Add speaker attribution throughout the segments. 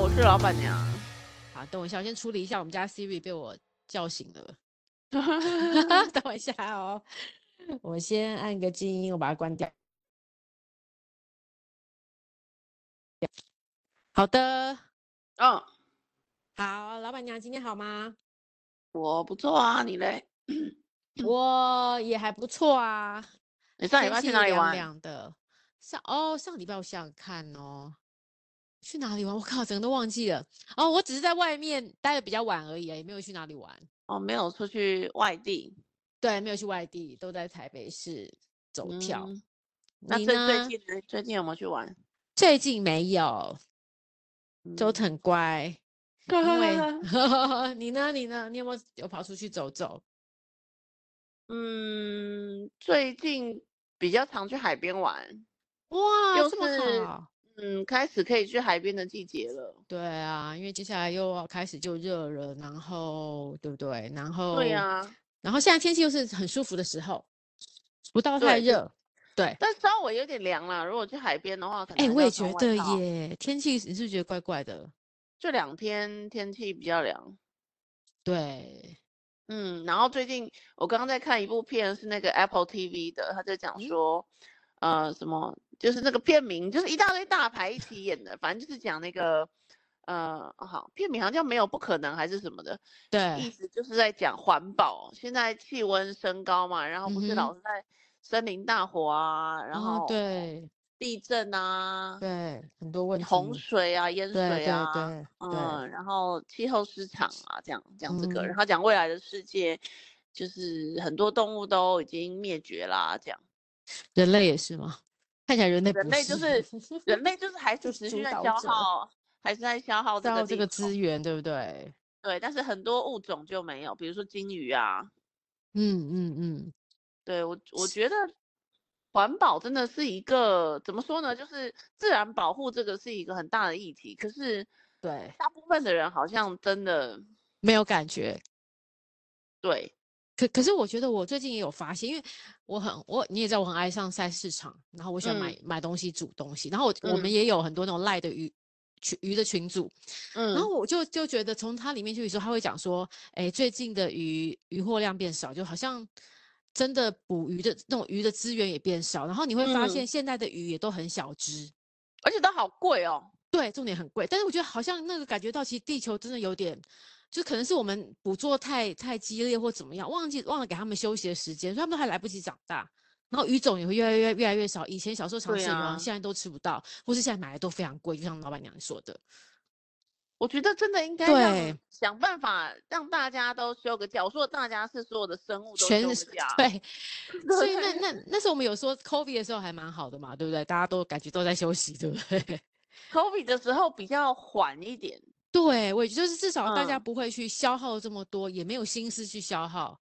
Speaker 1: 我是老板娘。
Speaker 2: 好，等我一下，我先处理一下，我 们家 Siri 被我叫醒了。 等我一下哦，我先按个静音，我把它关掉。好的，
Speaker 1: 嗯，
Speaker 2: 好，老板娘今天好吗？
Speaker 1: 我不错啊，你嘞？
Speaker 2: 我也还不错啊。
Speaker 1: 你上礼
Speaker 2: 天
Speaker 1: 拜去
Speaker 2: 气
Speaker 1: 哪里
Speaker 2: 凉
Speaker 1: 玩？
Speaker 2: 凉的，上哦，上礼拜我想想看哦，去哪里玩？我靠，整个都忘记了。哦，我只是在外面待的比较晚而已啊，也没有去哪里玩。
Speaker 1: 哦，没有出去外地
Speaker 2: 对，没有去外地，都在台北市走跳。
Speaker 1: 嗯那
Speaker 2: 你
Speaker 1: 最
Speaker 2: 呢
Speaker 1: 最近呢？最近有没有去玩？嗯
Speaker 2: 最近没有，都很 乖。
Speaker 1: 因
Speaker 2: 因为 你呢？你呢？你有没有有跑出去走走？
Speaker 1: 嗯，最近比较常去海边玩。
Speaker 2: 哇，
Speaker 1: 就
Speaker 2: 这么
Speaker 1: 是
Speaker 2: 好。啊
Speaker 1: 嗯，开始可以去海边的季节了。
Speaker 2: 对啊，因为接下来又要开始就热了，然后对不对？然后
Speaker 1: 对啊，
Speaker 2: 然后现在天气又是很舒服的时候，不到太
Speaker 1: 对就
Speaker 2: 热。对，
Speaker 1: 但稍微有点凉啦。如果去海边的话，可能
Speaker 2: 哎、
Speaker 1: 还是
Speaker 2: 我
Speaker 1: 要
Speaker 2: 也
Speaker 1: 穿
Speaker 2: 觉
Speaker 1: 外
Speaker 2: 得
Speaker 1: 套。
Speaker 2: 耶，天气你是不是觉得怪怪的？
Speaker 1: 这两天天气比较凉。
Speaker 2: 对，
Speaker 1: 嗯，然后最近我刚刚在看一部片，是那个 Apple TV 的，他就讲
Speaker 2: 嗯
Speaker 1: 说，呃，什么，就是那个片名，就是一大堆大牌一起演的，反正就是讲那个，呃，好，片名好像叫没有不可能还是什么的，
Speaker 2: 对
Speaker 1: 意，思就是在讲环保。现在气温升高嘛，然后不是
Speaker 2: 嗯
Speaker 1: 老是在森林大火啊，然
Speaker 2: 哦，
Speaker 1: 后
Speaker 2: 对
Speaker 1: 地震啊、
Speaker 2: 对，很多问
Speaker 1: 洪
Speaker 2: 题，
Speaker 1: 水啊、淹
Speaker 2: 对
Speaker 1: 水
Speaker 2: 对
Speaker 1: 啊，
Speaker 2: 对对，
Speaker 1: 嗯，然后气候市场啊，这样讲这个，
Speaker 2: 嗯
Speaker 1: 然后讲未来的世界，就是很多动物都已经灭绝啦，这样
Speaker 2: 人类也是吗？看起来人类
Speaker 1: 人
Speaker 2: 不
Speaker 1: 类就是人类就是还
Speaker 2: 就是是
Speaker 1: 持
Speaker 2: 主
Speaker 1: 续在
Speaker 2: 导
Speaker 1: 消
Speaker 2: 者
Speaker 1: 耗，还是在消耗这
Speaker 2: 到
Speaker 1: 个
Speaker 2: 这
Speaker 1: 地
Speaker 2: 个
Speaker 1: 球，
Speaker 2: 资源，对不对？
Speaker 1: 对，但是很多物种就没有，比如说鲸鱼啊，
Speaker 2: 嗯嗯嗯，
Speaker 1: 对我我觉得环保真的是一个怎么说呢，就是自然保护这个是一个很大的议题，可是
Speaker 2: 对，
Speaker 1: 大部分的人好像真的
Speaker 2: 没有感觉，
Speaker 1: 对，
Speaker 2: 可可是我觉得我最近也有发现，因为我很我你也知道我很爱上菜市场，然后我喜欢买、买东西煮东西，然后我我们
Speaker 1: 嗯
Speaker 2: 也有很多那种赖的鱼群鱼的群组，然后
Speaker 1: 嗯
Speaker 2: 我就就觉得从它里面去的时候，他会讲说，哎，最近的鱼鱼货量变少，就好像真的捕鱼的那种鱼的资源也变少，然后你会发
Speaker 1: 嗯，
Speaker 2: 现现在的鱼也都很小只，
Speaker 1: 而且都好贵哦。
Speaker 2: 对，重点很贵，但是我觉得好像那个感觉到，其实地球真的有点，就可能是我们捕捉太太激烈或怎么样，忘记忘了给他们休息的时间，所以他们都还来不及长大，然后鱼种也会越来越越来越少。以前小时候常
Speaker 1: 对
Speaker 2: 吃的鱼，好像
Speaker 1: 啊，
Speaker 2: 现在都吃不到，或是现在买的都非常贵，就像老板娘说的，
Speaker 1: 我觉得真的应该让
Speaker 2: 对，
Speaker 1: 想办法让大家都休个假。我说的大家是所有的生物都
Speaker 2: 全
Speaker 1: 休个
Speaker 2: 是
Speaker 1: 假，
Speaker 2: 对，所以那
Speaker 1: 对
Speaker 2: 那那时候我们有说 COVID 的时候还蛮好的嘛，对不对？大家都感觉都在休息，对不对？
Speaker 1: ，COVID 的时候比较缓一点，
Speaker 2: 对，我也就是至少大家
Speaker 1: 嗯
Speaker 2: 不会去消耗这么多，也没有心思去消耗，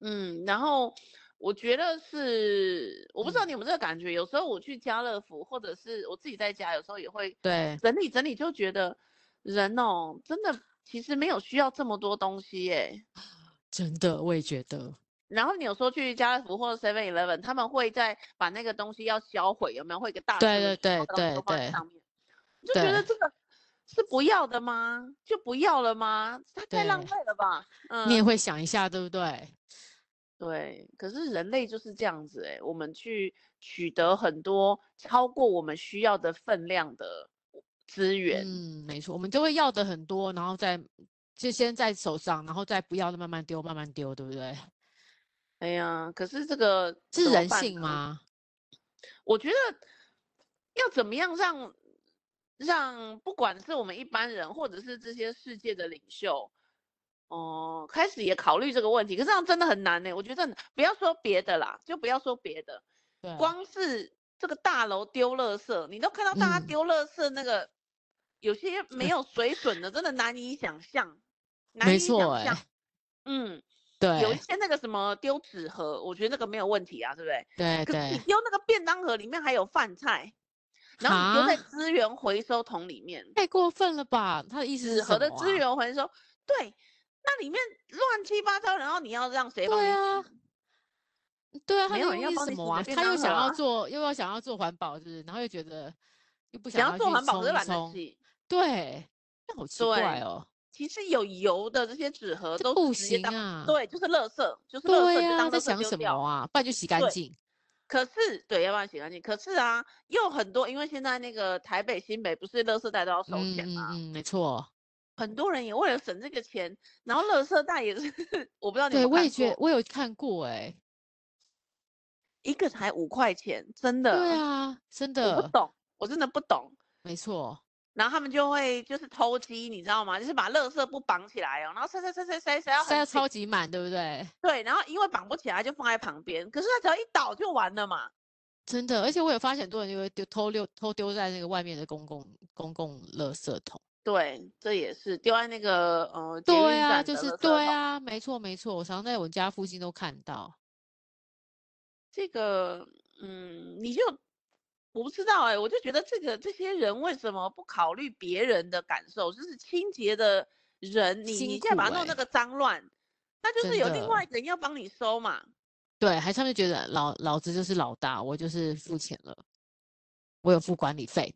Speaker 1: 嗯，然后我觉得是，我不知道
Speaker 2: 嗯，
Speaker 1: 你有没有这个感觉，有时候我去家乐福或者是我自己在家，有时候也会
Speaker 2: 对。
Speaker 1: 整理整理，就觉得人哦，真的其实没有需要这么多东西耶。
Speaker 2: 真的，我也觉得，
Speaker 1: 然后你有时候去家乐福或者 Seven Eleven，他们会在把那个东西要销毁，有没有？会有一个大
Speaker 2: 对对
Speaker 1: 车子，然后
Speaker 2: 对
Speaker 1: 把
Speaker 2: 对
Speaker 1: 东西都放在
Speaker 2: 对
Speaker 1: 上面。你就觉得
Speaker 2: 对
Speaker 1: 这个是不要的吗？就不要了吗？它太浪
Speaker 2: 对，
Speaker 1: 费了吧？
Speaker 2: 你也
Speaker 1: 嗯，
Speaker 2: 会想一下，对不对？
Speaker 1: 对。可是人类就是这样子欸诶、我们去取得很多超过我们需要的分量的资源。
Speaker 2: 嗯，没错，我们就会要的很多，然后再就先在手上，然后再不要的慢慢丢，慢慢丢，对不对？
Speaker 1: 哎呀，可是这个
Speaker 2: 这
Speaker 1: 怎
Speaker 2: 是
Speaker 1: 么
Speaker 2: 人
Speaker 1: 办
Speaker 2: 性
Speaker 1: 呢？
Speaker 2: 吗？
Speaker 1: 我觉得要怎么样让让不管是我们一般人，或者是这些世界的领袖，哦、开始也考虑这个问题。可是这样真的很难呢、我觉得很不要说别的啦，就不要说别的，
Speaker 2: 对，
Speaker 1: 光是这个大楼丢垃圾，你都看到大家
Speaker 2: 嗯，
Speaker 1: 丢垃圾那个，有些没有水准的，真的难以想象，难
Speaker 2: 没
Speaker 1: 以想
Speaker 2: 错，
Speaker 1: 象。
Speaker 2: 哎，
Speaker 1: 嗯，有一
Speaker 2: 对
Speaker 1: 些那个什么丢纸盒，我觉得那个没有问题啊，对不对？
Speaker 2: 对
Speaker 1: 可是你
Speaker 2: 哎对，
Speaker 1: 丢那个便当盒里面还有饭菜，然后你丢
Speaker 2: 哈，
Speaker 1: 在资源回收桶里面，
Speaker 2: 太过分了吧？他的意思
Speaker 1: 纸
Speaker 2: 是什
Speaker 1: 盒的
Speaker 2: 么
Speaker 1: 资
Speaker 2: 啊？
Speaker 1: 源回收，对，那里面乱七八糟，然后你要让谁帮
Speaker 2: 对
Speaker 1: 你
Speaker 2: 啊，
Speaker 1: 洗？
Speaker 2: 对啊，他
Speaker 1: 没
Speaker 2: 的
Speaker 1: 有人
Speaker 2: 用
Speaker 1: 要
Speaker 2: 意是
Speaker 1: 帮
Speaker 2: 什
Speaker 1: 你
Speaker 2: 么
Speaker 1: 洗的
Speaker 2: 啊？
Speaker 1: 便
Speaker 2: 他又
Speaker 1: 当盒
Speaker 2: 想要
Speaker 1: 啊！
Speaker 2: 做，又要想要做环保，是不是？然后又觉得又不
Speaker 1: 想
Speaker 2: 想
Speaker 1: 要
Speaker 2: 要
Speaker 1: 做
Speaker 2: 去
Speaker 1: 环保，可
Speaker 2: 冲
Speaker 1: 是
Speaker 2: 一
Speaker 1: 懒得
Speaker 2: 冲，
Speaker 1: 洗。
Speaker 2: 对，那好奇怪
Speaker 1: 对
Speaker 2: 哦，
Speaker 1: 其实有油的这些纸盒
Speaker 2: 这
Speaker 1: 都
Speaker 2: 不
Speaker 1: 直接
Speaker 2: 行
Speaker 1: 当
Speaker 2: 啊。
Speaker 1: 对，就是垃圾，就是垃圾
Speaker 2: 对
Speaker 1: 就
Speaker 2: 啊，
Speaker 1: 当
Speaker 2: 在
Speaker 1: 垃圾
Speaker 2: 想
Speaker 1: 丢
Speaker 2: 什么
Speaker 1: 掉。
Speaker 2: 啊？不然就洗干
Speaker 1: 对
Speaker 2: 净。
Speaker 1: 可是对，要不然洗干净。可是啊，又很多，因为现在那个台北、新北不是垃圾袋都要收
Speaker 2: 嗯
Speaker 1: 钱
Speaker 2: 嗯
Speaker 1: 吗？
Speaker 2: 嗯，没错。
Speaker 1: 很多人也为了省这个钱，然后垃圾袋也是， 我不知道你
Speaker 2: 对，
Speaker 1: 有没
Speaker 2: 我也
Speaker 1: 有看
Speaker 2: 觉
Speaker 1: 过，
Speaker 2: 我有看过哎、
Speaker 1: 一个才五块钱，真的，
Speaker 2: 对啊，真
Speaker 1: 我不
Speaker 2: 的，
Speaker 1: 懂，我真的不懂。
Speaker 2: 没错。
Speaker 1: 然后他们就会就是偷鸡，你知道吗？就是把垃圾不绑起来哦，然后塞塞塞塞塞塞到
Speaker 2: 塞
Speaker 1: 很
Speaker 2: 到
Speaker 1: 紧
Speaker 2: 超，级满，对不对？
Speaker 1: 对，然后因为绑不起来就放在旁边，可是它只要一倒就完了嘛。
Speaker 2: 真的，而且我有发现很多人就会丢偷溜偷丢在那个外面的公共公共垃圾桶。
Speaker 1: 对，这也是丢在那个呃捷
Speaker 2: 对
Speaker 1: 运
Speaker 2: 啊，
Speaker 1: 站
Speaker 2: 就
Speaker 1: 的
Speaker 2: 是
Speaker 1: 垃圾
Speaker 2: 对
Speaker 1: 桶。
Speaker 2: 啊，没错没错，我常常在我家附近都看到。
Speaker 1: 这个，嗯，你就我不知道哎、我就觉得这个这些人为什么不考虑别人的感受？就是清洁的人，你
Speaker 2: 辛
Speaker 1: 你现在把它
Speaker 2: 苦
Speaker 1: 弄那
Speaker 2: 欸
Speaker 1: 个脏乱，那就
Speaker 2: 真
Speaker 1: 是有另
Speaker 2: 的
Speaker 1: 外一个人要帮你收嘛。
Speaker 2: 对，还他们觉得老老子就是老大，我就是付钱了，我有付管理费，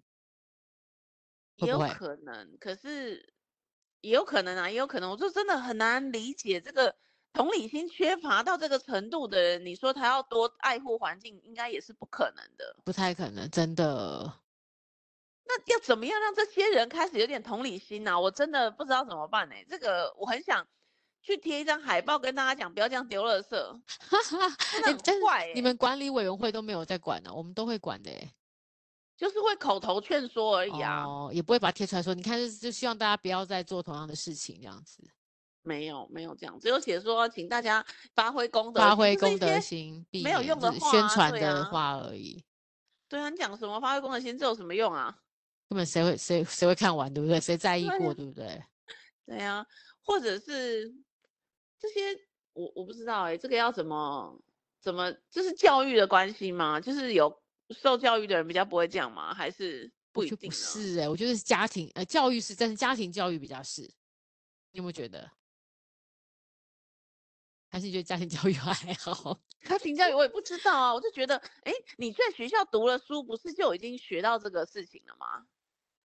Speaker 2: 会
Speaker 1: 也
Speaker 2: 不
Speaker 1: 有
Speaker 2: 会？
Speaker 1: 可能，可是也有可能啊，也有可能，我就真的很难理解这个同理心缺乏到这个程度的人，你说他要多爱护环境，应该也是不可能的。
Speaker 2: 不太可能，真的。
Speaker 1: 那要怎么样让这些人开始有点同理心呢、我真的不知道怎么办呢、这个我很想去贴一张海报跟大家讲，不要这样丢垃圾，
Speaker 2: 哈 哈，
Speaker 1: 真
Speaker 2: 哎，
Speaker 1: 的很
Speaker 2: 但是
Speaker 1: 怪、欸，
Speaker 2: 你们管理委员会都没有在管哦呢、我们都会管的、欸。
Speaker 1: 就是会口头劝说而已啊，
Speaker 2: 哦，也不会把它贴出来说，你看，就是就希望大家不要再做同样的事情，这样子
Speaker 1: 没有没有这样，只有写说请大家发挥公德
Speaker 2: 发
Speaker 1: 心
Speaker 2: 挥
Speaker 1: 就是
Speaker 2: 公
Speaker 1: 一
Speaker 2: 德
Speaker 1: 些
Speaker 2: 心，避
Speaker 1: 没有
Speaker 2: 免
Speaker 1: 用的
Speaker 2: 就是
Speaker 1: 话
Speaker 2: 宣
Speaker 1: 啊
Speaker 2: 传
Speaker 1: 对
Speaker 2: 的
Speaker 1: 啊
Speaker 2: 话而已。
Speaker 1: 对啊，你讲什么发挥功能心，这有什么用啊？
Speaker 2: 根本谁会谁谁会看完，对不对？谁在意
Speaker 1: 对
Speaker 2: 过，
Speaker 1: 啊
Speaker 2: 对不对？
Speaker 1: 对啊，或者是这些，我我不知道哎、这个要怎么怎么，这是教育的关系吗？就是有受教育的人比较不会这样吗？还是
Speaker 2: 我
Speaker 1: 不一
Speaker 2: 觉得
Speaker 1: 定啊
Speaker 2: 不
Speaker 1: 呢？
Speaker 2: 是哎、我觉得是家庭呃教育是，但是家庭教育比较是，你有没有觉得？还是你觉得家庭教育还好？
Speaker 1: 家庭教育我也不知道啊，我就觉得，哎，你在学校读了书，不是就已经学到这个事情了吗？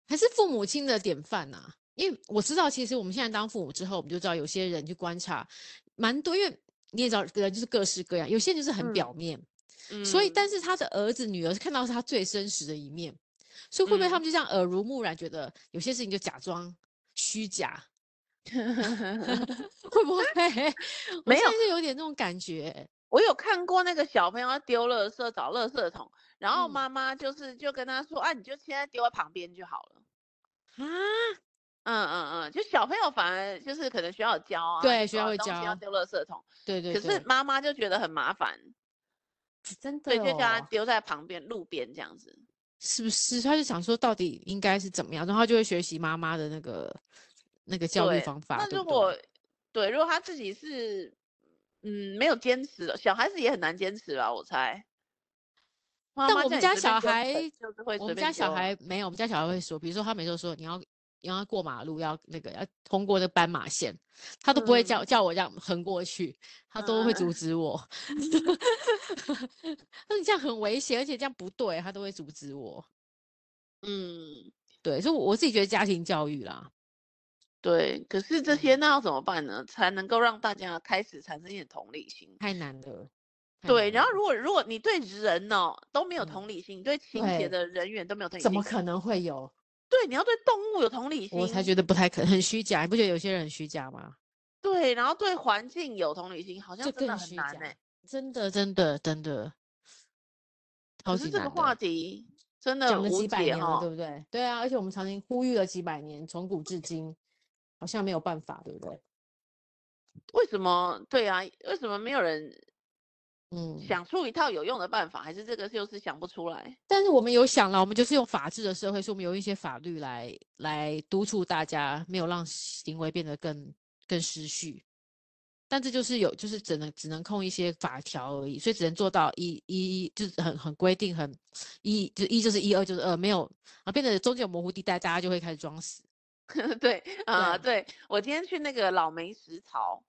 Speaker 2: 还是父母亲的典范呐、因为我知道，其实我们现在当父母之后，我们就知道有些人去观察，蛮多，因为你也知道，人就是各式各样，有些人就是很
Speaker 1: 嗯
Speaker 2: 表面，
Speaker 1: 嗯，
Speaker 2: 所以但是他的儿子女儿看到是他最真实的一面，所以会不会他
Speaker 1: 嗯
Speaker 2: 们就这样耳濡目染，觉得有些事情就假装虚假， 会不会？ 我
Speaker 1: 没
Speaker 2: 现
Speaker 1: 有
Speaker 2: 在就有点那种感觉，
Speaker 1: 我有看过那个小朋友要丢垃圾找垃圾桶，然后
Speaker 2: 嗯
Speaker 1: 妈妈就是就跟他说，啊，你就现在丢在旁边就好了。
Speaker 2: 啊，
Speaker 1: 嗯嗯嗯，就小朋友反而就是可能学校有教啊，
Speaker 2: 对
Speaker 1: 你
Speaker 2: 学
Speaker 1: 把
Speaker 2: 校会
Speaker 1: 东西要
Speaker 2: 教
Speaker 1: 丢垃圾桶，
Speaker 2: 对对
Speaker 1: 可是
Speaker 2: 对，
Speaker 1: 妈妈就觉得很麻烦，
Speaker 2: 真的
Speaker 1: 所以就叫他
Speaker 2: 哦。
Speaker 1: 丢在旁边路边这样子。
Speaker 2: 是不是？他就想说，到底应该是怎么样，然后他就会学习妈妈的那个那个教育
Speaker 1: 对，
Speaker 2: 方法，
Speaker 1: 那
Speaker 2: 对不
Speaker 1: 如
Speaker 2: 对？
Speaker 1: 果对，如果他自己是嗯没有坚持的，小孩子也很难坚持吧，我猜。妈
Speaker 2: 但
Speaker 1: 妈
Speaker 2: 我
Speaker 1: 叫
Speaker 2: 们
Speaker 1: 你
Speaker 2: 家
Speaker 1: 随
Speaker 2: 小
Speaker 1: 便丢，
Speaker 2: 孩，
Speaker 1: 就是会
Speaker 2: 我
Speaker 1: 随
Speaker 2: 们家
Speaker 1: 便丢
Speaker 2: 小
Speaker 1: 啊。
Speaker 2: 孩没有，我们家小孩会说，比如说他每次都说你要你要过马路，要那个要通过那斑马线，他都不会
Speaker 1: 嗯
Speaker 2: 叫叫我这样横过去，他都会
Speaker 1: 嗯
Speaker 2: 阻止我。 他说你这样很危险，而且这样不对，他都会阻止我。
Speaker 1: 嗯，
Speaker 2: 对，所以我自己觉得家庭教育啦，
Speaker 1: 对。可是这些
Speaker 2: 嗯，
Speaker 1: 那要怎么办呢？才能够让大家开始产生一点同理心？
Speaker 2: 太难了，太
Speaker 1: 对，
Speaker 2: 难
Speaker 1: 然后
Speaker 2: 了，
Speaker 1: 如果如果你对人哦都没有
Speaker 2: 嗯，
Speaker 1: 同理心，你对清
Speaker 2: 对，
Speaker 1: 洁的人员都没有同理
Speaker 2: 怎么
Speaker 1: 心，
Speaker 2: 可能会有？
Speaker 1: 对，你要对动物有同理
Speaker 2: 我才
Speaker 1: 心，
Speaker 2: 觉得不太可能，很虚假。你不觉得有些人很虚假吗？
Speaker 1: 对，然后对环境有同理心，好像
Speaker 2: 这
Speaker 1: 真的
Speaker 2: 更
Speaker 1: 很
Speaker 2: 虚
Speaker 1: 难欸呢、
Speaker 2: 假，真的，真的，真的，超
Speaker 1: 可是
Speaker 2: 级
Speaker 1: 这个
Speaker 2: 难
Speaker 1: 话
Speaker 2: 的。
Speaker 1: 题真的
Speaker 2: 讲了
Speaker 1: 无
Speaker 2: 几百
Speaker 1: 解
Speaker 2: 年了，对
Speaker 1: 哈、
Speaker 2: 不对？对啊，而且我们曾经呼吁了几百年，从古至今，好像没有办法，对不对？
Speaker 1: 为什么？对啊，为什么没有人
Speaker 2: 嗯，
Speaker 1: 想出一套有用的办法？还是这个就是想不出来？
Speaker 2: 但是我们有想了，我们就是用法治的社会，所以我们有一些法律来来督促大家，没有让行为变得更更失序。但这就是有，就是只能只能控一些法条而已，所以只能做到一一就是很很规定，很一就一就是一，二就是二，没有啊，变得中间有模糊地带，大家就会开始装死。
Speaker 1: 对啊、
Speaker 2: 对，
Speaker 1: 对我今天去那个老梅石槽，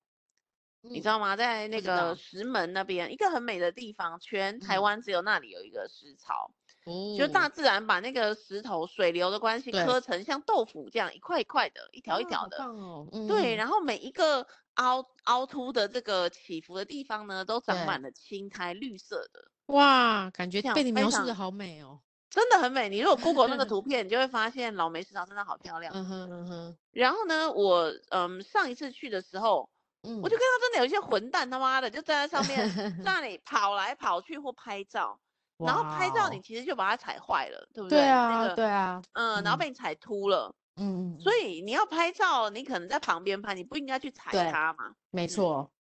Speaker 1: 你知
Speaker 2: 嗯，
Speaker 1: 道吗？在
Speaker 2: 不
Speaker 1: 那
Speaker 2: 知
Speaker 1: 个
Speaker 2: 道，
Speaker 1: 石门那边，一个很美的地方，全台
Speaker 2: 嗯
Speaker 1: 湾只有那里有一个石槽。
Speaker 2: 哦，
Speaker 1: 就大自然把那个石头水流的关系
Speaker 2: 对
Speaker 1: 磕成像豆腐这样一块一块的，一条一
Speaker 2: 哇
Speaker 1: 条
Speaker 2: 好
Speaker 1: 的。
Speaker 2: 棒哦，嗯
Speaker 1: 对，
Speaker 2: 嗯
Speaker 1: 然后每一个凹凹凸的这个起伏的地方呢，都长
Speaker 2: 对
Speaker 1: 满了青苔，绿色的，
Speaker 2: 哇，感觉
Speaker 1: 这样
Speaker 2: 被你
Speaker 1: 非
Speaker 2: 描述的
Speaker 1: 常
Speaker 2: 好美哦，
Speaker 1: 真的很美。你如果 Google 那个图片，你就会发现老梅市场真的好漂亮。
Speaker 2: 嗯哼嗯哼，
Speaker 1: 然后呢，我嗯上一次去的时候，
Speaker 2: 嗯，
Speaker 1: 我就看到真的有一些混蛋他妈的就站在上 面那里跑来跑去或拍照，然后拍照
Speaker 2: 哇
Speaker 1: 你
Speaker 2: 哦
Speaker 1: 其实就把它踩坏了，对不
Speaker 2: 对
Speaker 1: 那
Speaker 2: 啊
Speaker 1: 个
Speaker 2: 对啊，
Speaker 1: 嗯，然后
Speaker 2: 嗯
Speaker 1: 被你踩秃了。
Speaker 2: 嗯，
Speaker 1: 所
Speaker 2: 以
Speaker 1: 以你要拍照，你可能在旁边拍，你不应该去踩
Speaker 2: 对
Speaker 1: 它嘛。
Speaker 2: 没
Speaker 1: 嗯
Speaker 2: 错，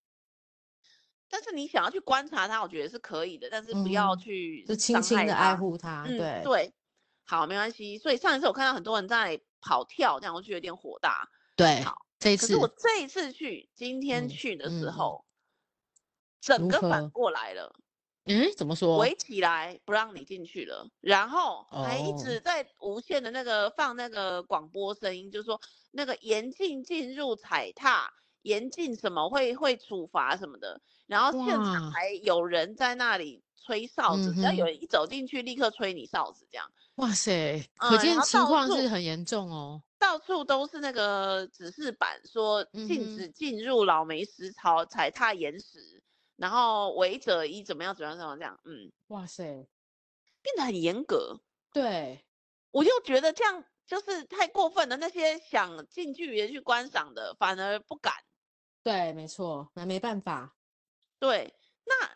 Speaker 1: 但是你想要去观察它，我觉得是可以的，但是不要
Speaker 2: 嗯
Speaker 1: 去
Speaker 2: 就
Speaker 1: 伤
Speaker 2: 轻轻
Speaker 1: 害
Speaker 2: 的爱
Speaker 1: 它。
Speaker 2: 护它，
Speaker 1: 嗯，
Speaker 2: 对，
Speaker 1: 对，好，没关系。所以上一次我看到很多人在跑跳，这样我就有点火大。
Speaker 2: 对，这一
Speaker 1: 可
Speaker 2: 次
Speaker 1: 是我这一次去，今天
Speaker 2: 嗯
Speaker 1: 去的
Speaker 2: 嗯
Speaker 1: 时
Speaker 2: 嗯
Speaker 1: 候，整
Speaker 2: 如
Speaker 1: 个反
Speaker 2: 何
Speaker 1: 过来了，
Speaker 2: 嗯怎么说？
Speaker 1: 围起来不让你进去了，然后还一
Speaker 2: 哦
Speaker 1: 直在无限的那个放那个广播声音，就是说那个严禁进入踩踏，严禁什么会会处罚什么的。然后现场
Speaker 2: 哇
Speaker 1: 还有人在那里吹哨子，
Speaker 2: 嗯
Speaker 1: 只要有
Speaker 2: 哼
Speaker 1: 人一走进去，立刻吹你哨子这样。
Speaker 2: 哇塞，
Speaker 1: 嗯
Speaker 2: 可
Speaker 1: 然
Speaker 2: 见
Speaker 1: 后
Speaker 2: 情
Speaker 1: 到
Speaker 2: 况
Speaker 1: 处
Speaker 2: 是很严重哦，
Speaker 1: 到处都是那个指示板，说
Speaker 2: 嗯
Speaker 1: 禁
Speaker 2: 哼
Speaker 1: 止进入老梅石槽踩踏岩石，然后违者一怎么样怎么样怎么样这样，嗯，
Speaker 2: 哇塞，
Speaker 1: 变得很严格。
Speaker 2: 对，
Speaker 1: 我又觉得这样就是太过分了。那些想近距离地去观赏的，反而不敢。
Speaker 2: 对，没错，那没办法，
Speaker 1: 对，那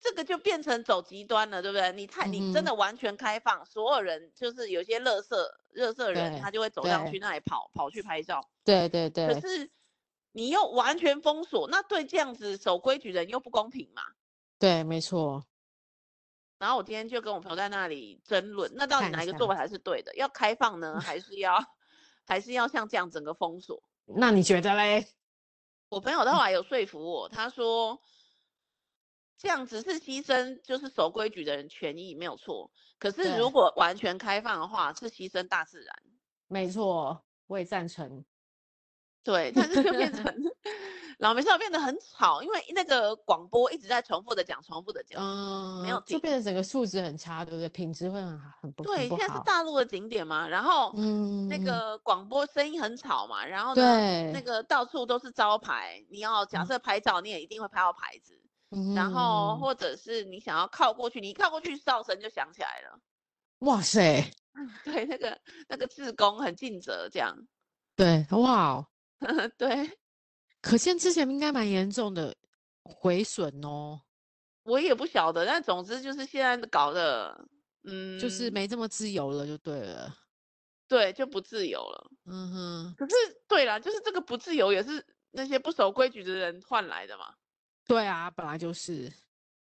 Speaker 1: 这个就变成走极端了，对不对？你太你真
Speaker 2: 嗯哼
Speaker 1: 的完全开放，所有人就是有些乐色乐色人，
Speaker 2: 对
Speaker 1: 他就会走上
Speaker 2: 对
Speaker 1: 去那里跑跑去拍照。
Speaker 2: 对对
Speaker 1: 可
Speaker 2: 对
Speaker 1: 是你又完全封锁，那对这样子守规矩的人又不公平嘛？
Speaker 2: 对，没错，
Speaker 1: 然后我今天就跟我朋友在那里争论，那到底
Speaker 2: 看一
Speaker 1: 哪一个
Speaker 2: 下
Speaker 1: 做法才是对的？要开 放呢，还是要还是要像这样整个封锁？
Speaker 2: 那你觉得嘞？
Speaker 1: 我朋
Speaker 2: 嗯
Speaker 1: 友他后来有说服我，他说这样子是牺牲就是守规矩的人权益没有错，可是如
Speaker 2: 对
Speaker 1: 果完全开放的话，是牺牲大自然。
Speaker 2: 没错，我也赞成，
Speaker 1: 对，但是就变 成老梅少变得很吵，因为那个广播一直在重复的讲，重复的讲。
Speaker 2: 嗯，
Speaker 1: 有
Speaker 2: 就
Speaker 1: 进
Speaker 2: 变得整个素质很差，对不对？品质会很很不
Speaker 1: 对，
Speaker 2: 很不
Speaker 1: 现在是
Speaker 2: 好，
Speaker 1: 大陆的景点嘛，然后
Speaker 2: 嗯，
Speaker 1: 那
Speaker 2: 嗯
Speaker 1: 个广播声音很吵嘛，然后呢，那
Speaker 2: 对，
Speaker 1: 个到处都是招牌，你要假
Speaker 2: 嗯
Speaker 1: 设拍照，你也一定会拍到牌子。然后
Speaker 2: 嗯，
Speaker 1: 或者是你想要靠过去，你一靠过去哨声就响起来了。
Speaker 2: 哇塞，
Speaker 1: 对，那个那个志工很尽责，这样。
Speaker 2: 对，哇哦，
Speaker 1: 对
Speaker 2: 可见之前应该蛮严重的毁损哦，
Speaker 1: 我也不晓得，但总之就是现在搞的，嗯，
Speaker 2: 就是没这么自由了，就对了，
Speaker 1: 对，就不自由了。
Speaker 2: 嗯哼，
Speaker 1: 可是对啦，就是这个不自由也是那些不守规矩的人换来的嘛。
Speaker 2: 对啊，本来就是，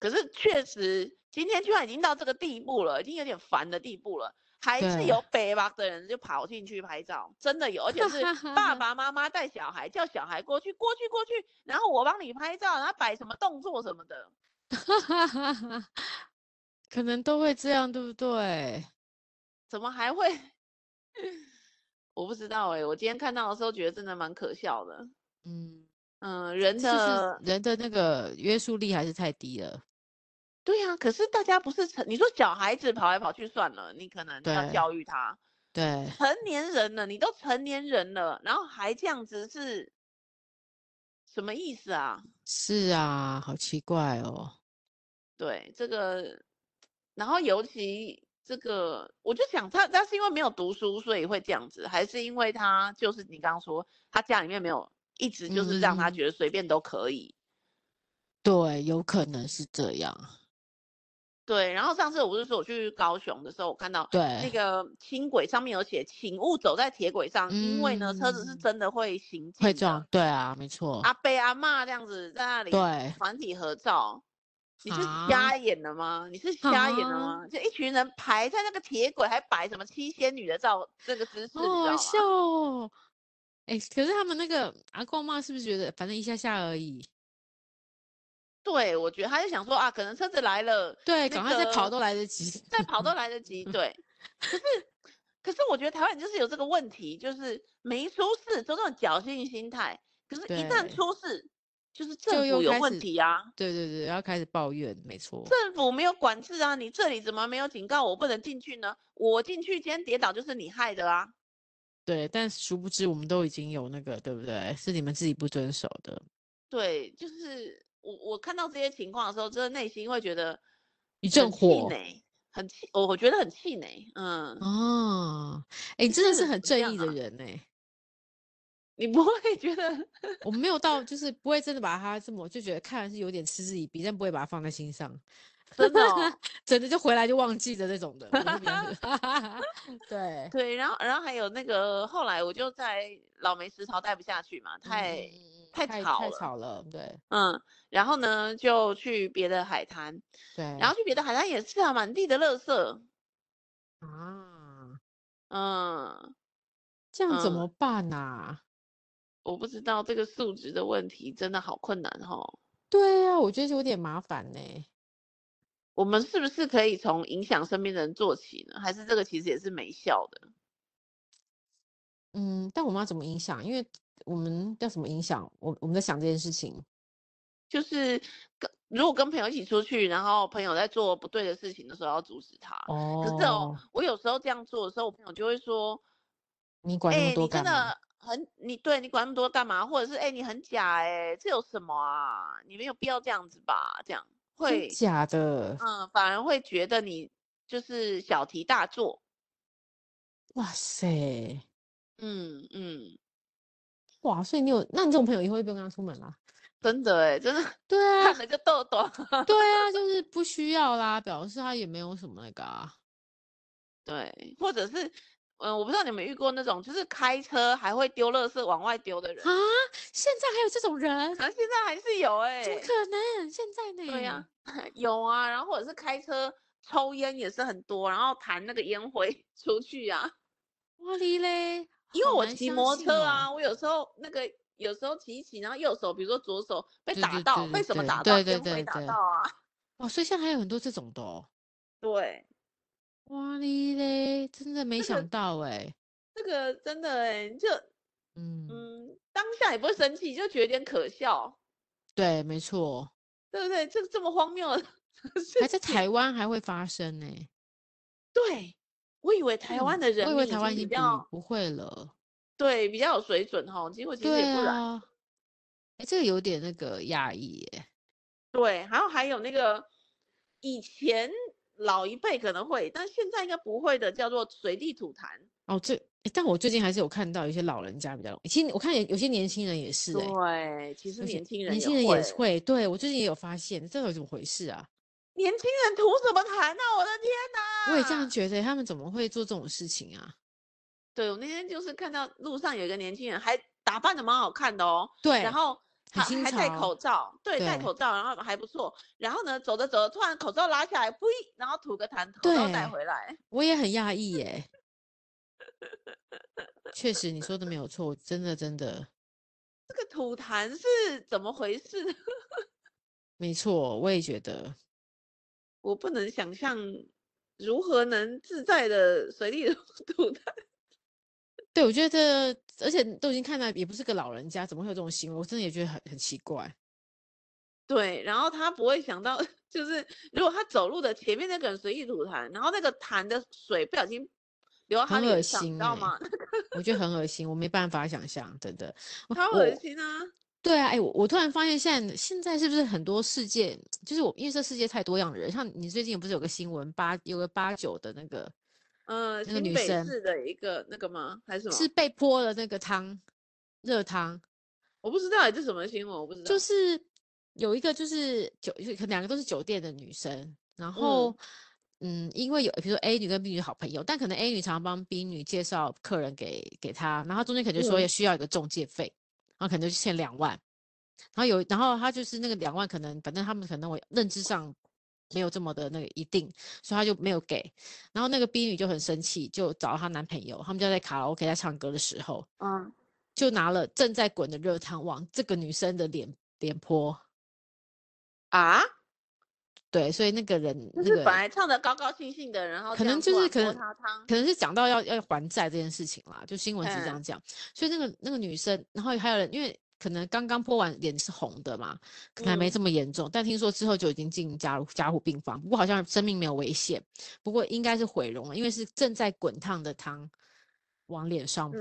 Speaker 1: 可是确实，今天居然已经到这个地步了，已经有点烦的地步了，还是
Speaker 2: 对
Speaker 1: 有北吧的人就跑进去拍照，真的有，而且是 爸爸妈妈带小孩，叫小孩过去，过去，过去，然后我帮你拍照，然后摆什么动作什么的，
Speaker 2: 可能都会这样，对不对？
Speaker 1: 怎么还会？ 我不知道哎、我今天看到的时候觉得真的蛮可笑的。
Speaker 2: 嗯，
Speaker 1: 嗯，人
Speaker 2: 是不是
Speaker 1: 的
Speaker 2: 人的那个约束力还是太低了？
Speaker 1: 对呀、可是大家不是成，你说小孩子跑来跑去算了，你可能要
Speaker 2: 对
Speaker 1: 教育他，
Speaker 2: 对，
Speaker 1: 成年人了，你都成年人了，然后还这样子是什么意思啊？
Speaker 2: 是啊，好奇怪哦。
Speaker 1: 对这个，然后尤其这个，我就想他他是因为没有读书，所以会这样子，还是因为他就是你刚刚说他家里面没有一直就是让他
Speaker 2: 嗯
Speaker 1: 觉得随便都可以。
Speaker 2: 对，有可能是这样。
Speaker 1: 对，然后上次我不是说我去高雄的时候，我看到那
Speaker 2: 对，
Speaker 1: 个轻轨上面有写“请勿走在铁轨上”，因为呢车子是
Speaker 2: 嗯
Speaker 1: 真的会行进
Speaker 2: 会
Speaker 1: 的。
Speaker 2: 撞。对啊，没错。
Speaker 1: 阿伯阿嬷这样子在那里
Speaker 2: 对
Speaker 1: 团体合照，你是
Speaker 2: 啊
Speaker 1: 瞎眼了吗？你是瞎眼了
Speaker 2: 啊
Speaker 1: 吗？就一群人排在那个铁轨，还摆什么七仙女的照那个姿势，
Speaker 2: 好
Speaker 1: 你知
Speaker 2: 好
Speaker 1: 道
Speaker 2: 笑
Speaker 1: 吗？
Speaker 2: 哦。哎、可是他们那个阿公妈是不是觉得反正一下下而已？
Speaker 1: 对，我觉得他就想说啊，可能车子来了，
Speaker 2: 对，
Speaker 1: 那
Speaker 2: 赶快再跑
Speaker 1: 个
Speaker 2: 都来得及。
Speaker 1: 再跑都来得及。
Speaker 2: 嗯
Speaker 1: 对，可是可是我觉得台湾人就是有这个问题，就是没出事都那种侥幸心态，可是一旦
Speaker 2: 对
Speaker 1: 出事就是
Speaker 2: 就
Speaker 1: 政
Speaker 2: 又
Speaker 1: 府有
Speaker 2: 开
Speaker 1: 问
Speaker 2: 始
Speaker 1: 题啊，
Speaker 2: 对对对，然后开始抱怨，没错，
Speaker 1: 政府没有管制啊，你这里怎么没有警告我不能进去呢？我进去今天跌倒就是你害的啊。
Speaker 2: 对。但殊不知我们都已经有那个，对不对？是你们自己不遵守的，
Speaker 1: 对，就是我我看到这些情况的时候，真的内心会觉得
Speaker 2: 一阵
Speaker 1: 很气
Speaker 2: 火
Speaker 1: 馁，很气，我我觉得很气馁。嗯，
Speaker 2: 哦。哎，你
Speaker 1: 其
Speaker 2: 真的是
Speaker 1: 实
Speaker 2: 很
Speaker 1: 怎
Speaker 2: 正
Speaker 1: 么样
Speaker 2: 义的
Speaker 1: 啊
Speaker 2: 人呢、
Speaker 1: 你不 会觉得
Speaker 2: 我没有到，就是不会真的把它这么就觉得看是有点嗤之以鼻，但不会把它放在心上，
Speaker 1: 真 的哦、
Speaker 2: 真的就回来就忘记的那种的。我是比较是 对，
Speaker 1: 对，然后然后还有那个后来我就在老梅石头待不下去嘛，
Speaker 2: 嗯
Speaker 1: 太
Speaker 2: 嗯嗯
Speaker 1: 太
Speaker 2: 太
Speaker 1: 吵
Speaker 2: 太
Speaker 1: 了
Speaker 2: 吵了，对
Speaker 1: 嗯，然后呢就去别的海滩，
Speaker 2: 对。
Speaker 1: 然后去别的海滩也是啊，满地的垃圾，
Speaker 2: 啊，
Speaker 1: 嗯，
Speaker 2: 这样怎
Speaker 1: 嗯
Speaker 2: 么办啊？
Speaker 1: 我不知道这个素质的问题真的好困难哦。
Speaker 2: 对啊，我觉得有点麻烦呢、
Speaker 1: 我们是不是可以从影响身边的人做起呢？还是这个其实也是没效的？
Speaker 2: 嗯，但我们要怎么影响？因为我们要怎么影响？我我们在想这件事情。
Speaker 1: 就是跟如果跟朋友一起出去，然后朋友在做不对的事情的时候，要阻止他。可是哦
Speaker 2: 哦，，
Speaker 1: 我有时候这样做的时候，我朋友就会说
Speaker 2: 你管那
Speaker 1: 哎、
Speaker 2: 么多
Speaker 1: 你真
Speaker 2: 干嘛？
Speaker 1: 的很，你对你管那么多干嘛？或者是哎、你很假哎、这有什么啊？你没有必要这样子吧？这样
Speaker 2: 真
Speaker 1: 会，
Speaker 2: 假的？
Speaker 1: 嗯，反而会觉得你就是小题大做。
Speaker 2: 哇塞！
Speaker 1: 嗯嗯，
Speaker 2: 哇，所以你有，那你这种朋友以后就不用跟他出门啦。
Speaker 1: 真的哎、真的
Speaker 2: 对啊，
Speaker 1: 看了就痘 痘。
Speaker 2: 对啊，就是不需要啦，表示他也没有什么那个啊。
Speaker 1: 对，或者是，嗯，我不知道你们遇过那种，就是开车还会丢垃圾往外丢的人，
Speaker 2: 啊，现在还有这种人？
Speaker 1: 啊，现在还是有哎、
Speaker 2: 怎么可能？现在呢？
Speaker 1: 对呀、 有啊，然后或者是开车抽烟也是很多，然后弹那个烟灰 出去啊。
Speaker 2: 哇哩嘞！
Speaker 1: 因为
Speaker 2: 好
Speaker 1: 我
Speaker 2: 难
Speaker 1: 骑
Speaker 2: 相
Speaker 1: 摩托
Speaker 2: 信
Speaker 1: 车
Speaker 2: 哦
Speaker 1: 啊，，我有时候那个有时候骑一骑，然后右手比如说左手被
Speaker 2: 对
Speaker 1: 打
Speaker 2: 对
Speaker 1: 到，
Speaker 2: 对
Speaker 1: 被
Speaker 2: 对
Speaker 1: 什么
Speaker 2: 对
Speaker 1: 打到，
Speaker 2: 对对
Speaker 1: 烟
Speaker 2: 对
Speaker 1: 灰打
Speaker 2: 对
Speaker 1: 到啊，
Speaker 2: 哇，所以现在还有很多这种的哦。
Speaker 1: 对，
Speaker 2: 哇哩嘞，真的没
Speaker 1: 这个
Speaker 2: 想到哎。
Speaker 1: 这个真的哎、就
Speaker 2: 嗯，
Speaker 1: 嗯，当下也不会生气，就觉得有点可笑，
Speaker 2: 对，没错，
Speaker 1: 对不对？这个这么荒谬的 事
Speaker 2: 还在
Speaker 1: 情，
Speaker 2: 台湾还会发生呢。
Speaker 1: 对，我以为台湾
Speaker 2: 嗯
Speaker 1: 的人
Speaker 2: 我以为
Speaker 1: 民已
Speaker 2: 台湾
Speaker 1: 经
Speaker 2: 已
Speaker 1: 比
Speaker 2: 经
Speaker 1: 较
Speaker 2: 不不会了。
Speaker 1: 对比较有水准哈，结果其实也
Speaker 2: 对
Speaker 1: 不然。
Speaker 2: 啊，哎，这个有点那个压抑耶。
Speaker 1: 对，然后还有那个以前老一辈可能会，但现在应该不会的，叫做随地吐痰。
Speaker 2: 哦，这，诶但我最近还是有看到有些老人家比较容易，其实我看有有些年轻人也是、欸，
Speaker 1: 对，其实
Speaker 2: 有些
Speaker 1: 年轻人
Speaker 2: 年
Speaker 1: 也
Speaker 2: 轻人也
Speaker 1: 会，
Speaker 2: 是会，对我最近也有发现，这到底怎么回事啊？
Speaker 1: 年轻人吐什么痰呢、我的天哪！
Speaker 2: 我也这样觉得，他们怎么会做这种事情啊？
Speaker 1: 对，我那天就是看到路上有一个年轻人，还打扮的蛮好看的哦，
Speaker 2: 对，
Speaker 1: 然后
Speaker 2: 很
Speaker 1: 还
Speaker 2: 新
Speaker 1: 还戴
Speaker 2: 潮
Speaker 1: 口罩，对，戴
Speaker 2: 对
Speaker 1: 口罩，然后还不错。然后呢，走着走着，突然口罩拉下来，呸，然后吐个痰，口罩戴
Speaker 2: 对
Speaker 1: 回来。
Speaker 2: 我也很讶异 耶。确实，你说的没有错，真的真的
Speaker 1: 这个吐痰是怎么回事呢？
Speaker 2: 没错，我也觉得。
Speaker 1: 我不能想象如何能自在的随地 吐痰。
Speaker 2: 对，我觉得，而且都已经看到，也不是个老人家，怎么会有这种行为？我真的也觉得很很奇怪。
Speaker 1: 对，然后他不会想到，就是如果他走路的前面那个人随意吐痰，然后那个痰的水不小心流到哦他
Speaker 2: 很恶
Speaker 1: 脸上，你知
Speaker 2: 心
Speaker 1: 道
Speaker 2: 欸
Speaker 1: 吗？
Speaker 2: 我觉得很恶心，我没办法想象，真的。我
Speaker 1: 超
Speaker 2: 我
Speaker 1: 恶心啊！
Speaker 2: 对啊，哎，我我突然发现现在现在是不是很多世界，就是我因为这世界太多样的人，像你最近不是有个新闻八有个八九的那个
Speaker 1: 呃，
Speaker 2: 那个
Speaker 1: 新
Speaker 2: 女
Speaker 1: 北
Speaker 2: 生
Speaker 1: 市的一个那个吗？还是什么？
Speaker 2: 是被泼了那个汤热汤，
Speaker 1: 我不知道欸，这什么新闻？我不知道。
Speaker 2: 就是有一个就是酒，就可能两个都是酒店的女生，然后嗯因为有比如说 A 女跟 B 女好朋友，但可能 A 女常常帮 B 女介绍客人给给她，然后中间可能就说
Speaker 1: 嗯
Speaker 2: 要需要一个中介费，然后可能就欠两万，然后有然后他就是那个两万，可能反正他们可能我认知上。没有这么的那个一定，所以他就没有给。然后那个 B 女就很生气，就找她男朋友，他们就在卡拉 OK 在唱歌的时候，
Speaker 1: 嗯，
Speaker 2: 就拿了正在滚的热汤往这个女生的脸脸泼。
Speaker 1: 啊，
Speaker 2: 对，所以那个人
Speaker 1: 就
Speaker 2: 那
Speaker 1: 是本
Speaker 2: 个
Speaker 1: 来唱的高高兴兴的，然后
Speaker 2: 可
Speaker 1: 这
Speaker 2: 能
Speaker 1: 样
Speaker 2: 就
Speaker 1: 突
Speaker 2: 是
Speaker 1: 然
Speaker 2: 可
Speaker 1: 泼
Speaker 2: 能
Speaker 1: 他汤，
Speaker 2: 可能是讲到要要还债这件事情啦，就新闻是这
Speaker 1: 嗯
Speaker 2: 样讲。所以那个那个女生，然后还有人因为。可能刚刚泼完脸是红的嘛，可能还没
Speaker 1: 嗯
Speaker 2: 这么严重，但听说之后就已经进加护加护病房，不过好像生命没有危险，不过应该是毁容了，因为是正在滚烫的汤往脸上泼。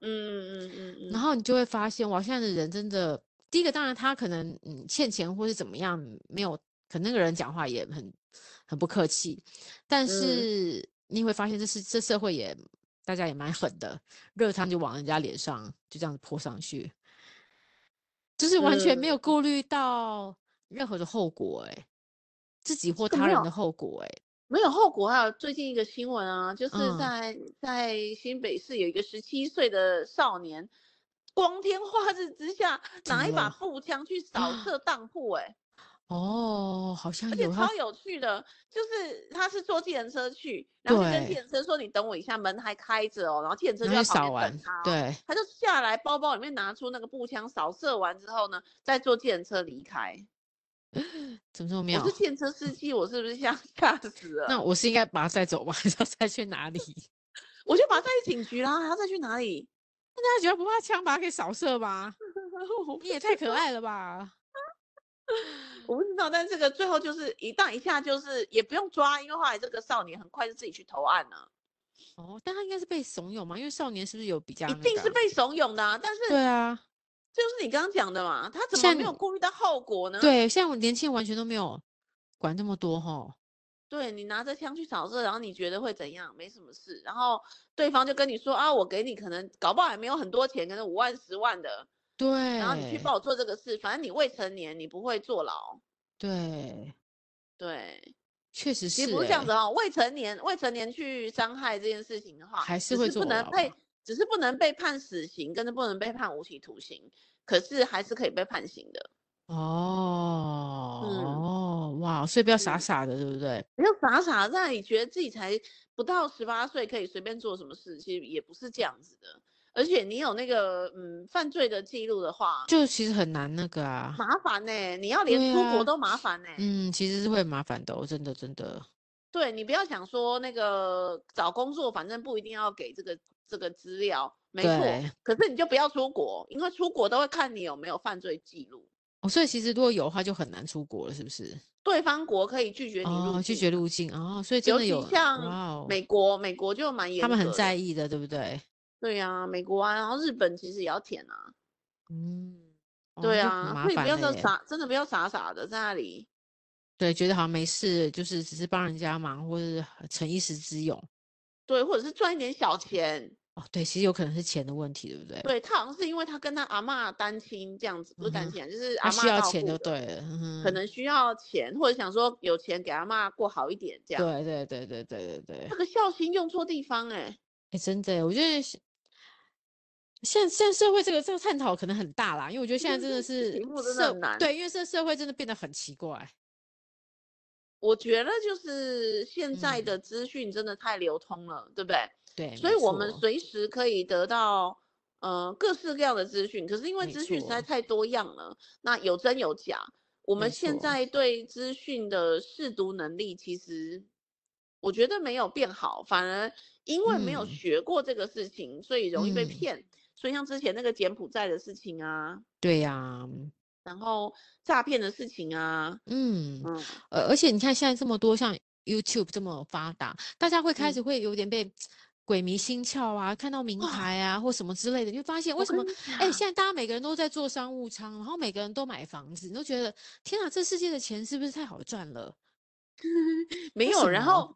Speaker 1: 嗯嗯嗯嗯嗯，
Speaker 2: 然后你就会发现，哇，现在的人真的，第一个当然他可能嗯欠钱或是怎么样，没有，可能那个人讲话也很很不客气，但
Speaker 1: 嗯
Speaker 2: 是你会发现这是这社会也大家也蛮狠的，热汤就往人家脸上就这样子泼上去，就是完全
Speaker 1: 嗯
Speaker 2: 没有顾虑到任何的后果、欸，自己或
Speaker 1: 个
Speaker 2: 他
Speaker 1: 没
Speaker 2: 人
Speaker 1: 有
Speaker 2: 的后果、欸，
Speaker 1: 没有后果。还有最近一个新闻啊，就是
Speaker 2: 嗯
Speaker 1: 在、在新北市有一个十七岁的少年，光天化日之下
Speaker 2: 怎
Speaker 1: 拿
Speaker 2: 么
Speaker 1: 一
Speaker 2: 了
Speaker 1: 把
Speaker 2: 啊
Speaker 1: 步枪去扫射当铺、欸，哎，
Speaker 2: 哦，好像
Speaker 1: 而且
Speaker 2: 有他
Speaker 1: 超有趣的，就是他是坐计程车去，然后就跟
Speaker 2: 对
Speaker 1: 计程车说你等我一下，门还开着哦，然后计程车就
Speaker 2: 拿
Speaker 1: 在
Speaker 2: 去扫
Speaker 1: 旁边
Speaker 2: 完
Speaker 1: 等他、哦，，
Speaker 2: 对，
Speaker 1: 他就下来包包里面拿出那个步枪，扫射完之后呢，再坐计程车离开。
Speaker 2: 怎么这么妙？
Speaker 1: 我是计程车司机，我是不是吓 吓死了？
Speaker 2: 那我是应该把他带走吗？ 还是要带去 哪里？
Speaker 1: 我就把他带去警局啦，还要再去哪里？
Speaker 2: 那他觉得不怕枪把他给扫射吧？
Speaker 1: 我
Speaker 2: 你也太可爱了吧！
Speaker 1: 我不知道，但这个最后就是一荡一下，就是也不用抓，因为后来这个少年很快就自己去投案了，
Speaker 2: 哦，但他应该是被怂恿嘛，因为少年是不是有比较、
Speaker 1: 一
Speaker 2: 那个
Speaker 1: 定是
Speaker 2: 啊
Speaker 1: 被怂恿的、啊。但是
Speaker 2: 对 啊，
Speaker 1: 就是你刚刚讲的嘛，他怎么
Speaker 2: 像
Speaker 1: 没有
Speaker 2: 你
Speaker 1: 顾虑到后果呢？
Speaker 2: 对，现在我年轻人完全都没有管这么多哈。
Speaker 1: 对你拿着枪去扫射，然后你觉得会怎样？没什么事，然后对方就跟你说啊，我给你可能搞不好也没有很多钱，可能五万、十万的，
Speaker 2: 对，
Speaker 1: 然后你去帮我做这个事，反正你未成年，你不会坐牢。
Speaker 2: 对，
Speaker 1: 对，
Speaker 2: 确实是、
Speaker 1: 其
Speaker 2: 欸。
Speaker 1: 实不是这样子哦，未成年未成年去伤害这件事情的话，
Speaker 2: 还是
Speaker 1: 只
Speaker 2: 会
Speaker 1: 不
Speaker 2: 坐
Speaker 1: 能
Speaker 2: 牢
Speaker 1: 被
Speaker 2: 啊，
Speaker 1: 只是不能被判死刑，跟着不能被判无期徒刑，可是还是可以被判刑的。
Speaker 2: 哦哦，哇，所以不要傻
Speaker 1: 嗯
Speaker 2: 傻的，对不对？
Speaker 1: 不要傻傻在那里觉得自己才不到十八岁可以随便做什么事，其实也不是这样子的。而且你有那个嗯犯罪的记录的话，
Speaker 2: 就其实很难那个啊。
Speaker 1: 麻烦呢、你要连
Speaker 2: 对
Speaker 1: 出国
Speaker 2: 啊
Speaker 1: 都麻烦呢、
Speaker 2: 嗯，其实是会很麻烦的哦、真的真的。
Speaker 1: 对你不要想说那个找工作，反正不一定要给这个这个资料，没
Speaker 2: 对
Speaker 1: 错。可是你就不要出国，因为出国都会看你有没有犯罪记录。
Speaker 2: 哦，所以其实如果有的话，就很难出国了，是不是？
Speaker 1: 对方国可以拒绝你入
Speaker 2: 哦，拒
Speaker 1: 境
Speaker 2: 绝
Speaker 1: 的
Speaker 2: 入境哦，所以真
Speaker 1: 尤
Speaker 2: 的有
Speaker 1: 其像
Speaker 2: 哇哦，
Speaker 1: 美国，美国就蛮严
Speaker 2: 他
Speaker 1: 格
Speaker 2: 们
Speaker 1: 的。
Speaker 2: 很在意的，对不对？
Speaker 1: 对呀、美国啊，然后日本其实也要填啊。
Speaker 2: 嗯，哦
Speaker 1: 对
Speaker 2: 那就很
Speaker 1: 啊，
Speaker 2: 麻
Speaker 1: 所以不
Speaker 2: 烦
Speaker 1: 要
Speaker 2: 了
Speaker 1: 说
Speaker 2: 耶
Speaker 1: 傻，真的不要傻傻的在那里。
Speaker 2: 对，觉得好像没事，就是只是帮人家忙，或是逞一时之勇。
Speaker 1: 对，或者是赚一点小钱。
Speaker 2: 哦，对，其实有可能是钱的问题，对不对？
Speaker 1: 对他好像是因为他跟他阿嬷单亲这样子，不是
Speaker 2: 嗯
Speaker 1: 单
Speaker 2: 哼
Speaker 1: 亲啊，就是
Speaker 2: 他
Speaker 1: 阿嬷
Speaker 2: 需要
Speaker 1: 照
Speaker 2: 钱
Speaker 1: 顾
Speaker 2: 就
Speaker 1: 的，
Speaker 2: 对了，嗯
Speaker 1: 可
Speaker 2: 哼，
Speaker 1: 能需要钱，或者想说有钱给阿嬷过好一点这样。
Speaker 2: 对对对对对对对，
Speaker 1: 这个孝心用错地方哎、
Speaker 2: 哎，真的耶，我觉得是现现在社会这个这个探讨可能很大啦，因为我觉得现在真的是
Speaker 1: 题目真的
Speaker 2: 社
Speaker 1: 很难
Speaker 2: 对，因为这社会真的变得很奇怪。
Speaker 1: 我觉得就是现在
Speaker 2: 嗯
Speaker 1: 的资讯真的太流通了，对不对？
Speaker 2: 对，
Speaker 1: 所以
Speaker 2: 没
Speaker 1: 我们
Speaker 2: 错
Speaker 1: 随时可以得到呃各式各样的资讯，可是因为
Speaker 2: 没
Speaker 1: 资讯实在
Speaker 2: 错
Speaker 1: 太多样了，那有真有假。我们
Speaker 2: 没
Speaker 1: 现
Speaker 2: 错
Speaker 1: 在对资讯的试读能力，其实我觉得没有变好，反而因为没有
Speaker 2: 嗯
Speaker 1: 学过这个事情，所以容易被
Speaker 2: 嗯
Speaker 1: 骗。所以像之前那个柬埔寨的事情啊，
Speaker 2: 对呀、
Speaker 1: 然后诈骗的事情啊，
Speaker 2: 嗯，
Speaker 1: 嗯，
Speaker 2: 呃，而且你看现在这么多像 YouTube 这么发达，大家会开
Speaker 1: 嗯
Speaker 2: 始会有点被鬼迷心窍啊，看到名
Speaker 1: 哇
Speaker 2: 牌啊或什么之类的，你会发现为
Speaker 1: 我
Speaker 2: 什
Speaker 1: 跟
Speaker 2: 么
Speaker 1: 你
Speaker 2: 哎、
Speaker 1: 讲
Speaker 2: 现在大家每个人都在做商务舱，然后每个人都买房子，你都觉得天啊，这世界的钱是不是太好赚了？
Speaker 1: 没
Speaker 2: 为
Speaker 1: 有，
Speaker 2: 什
Speaker 1: 然
Speaker 2: 么
Speaker 1: 后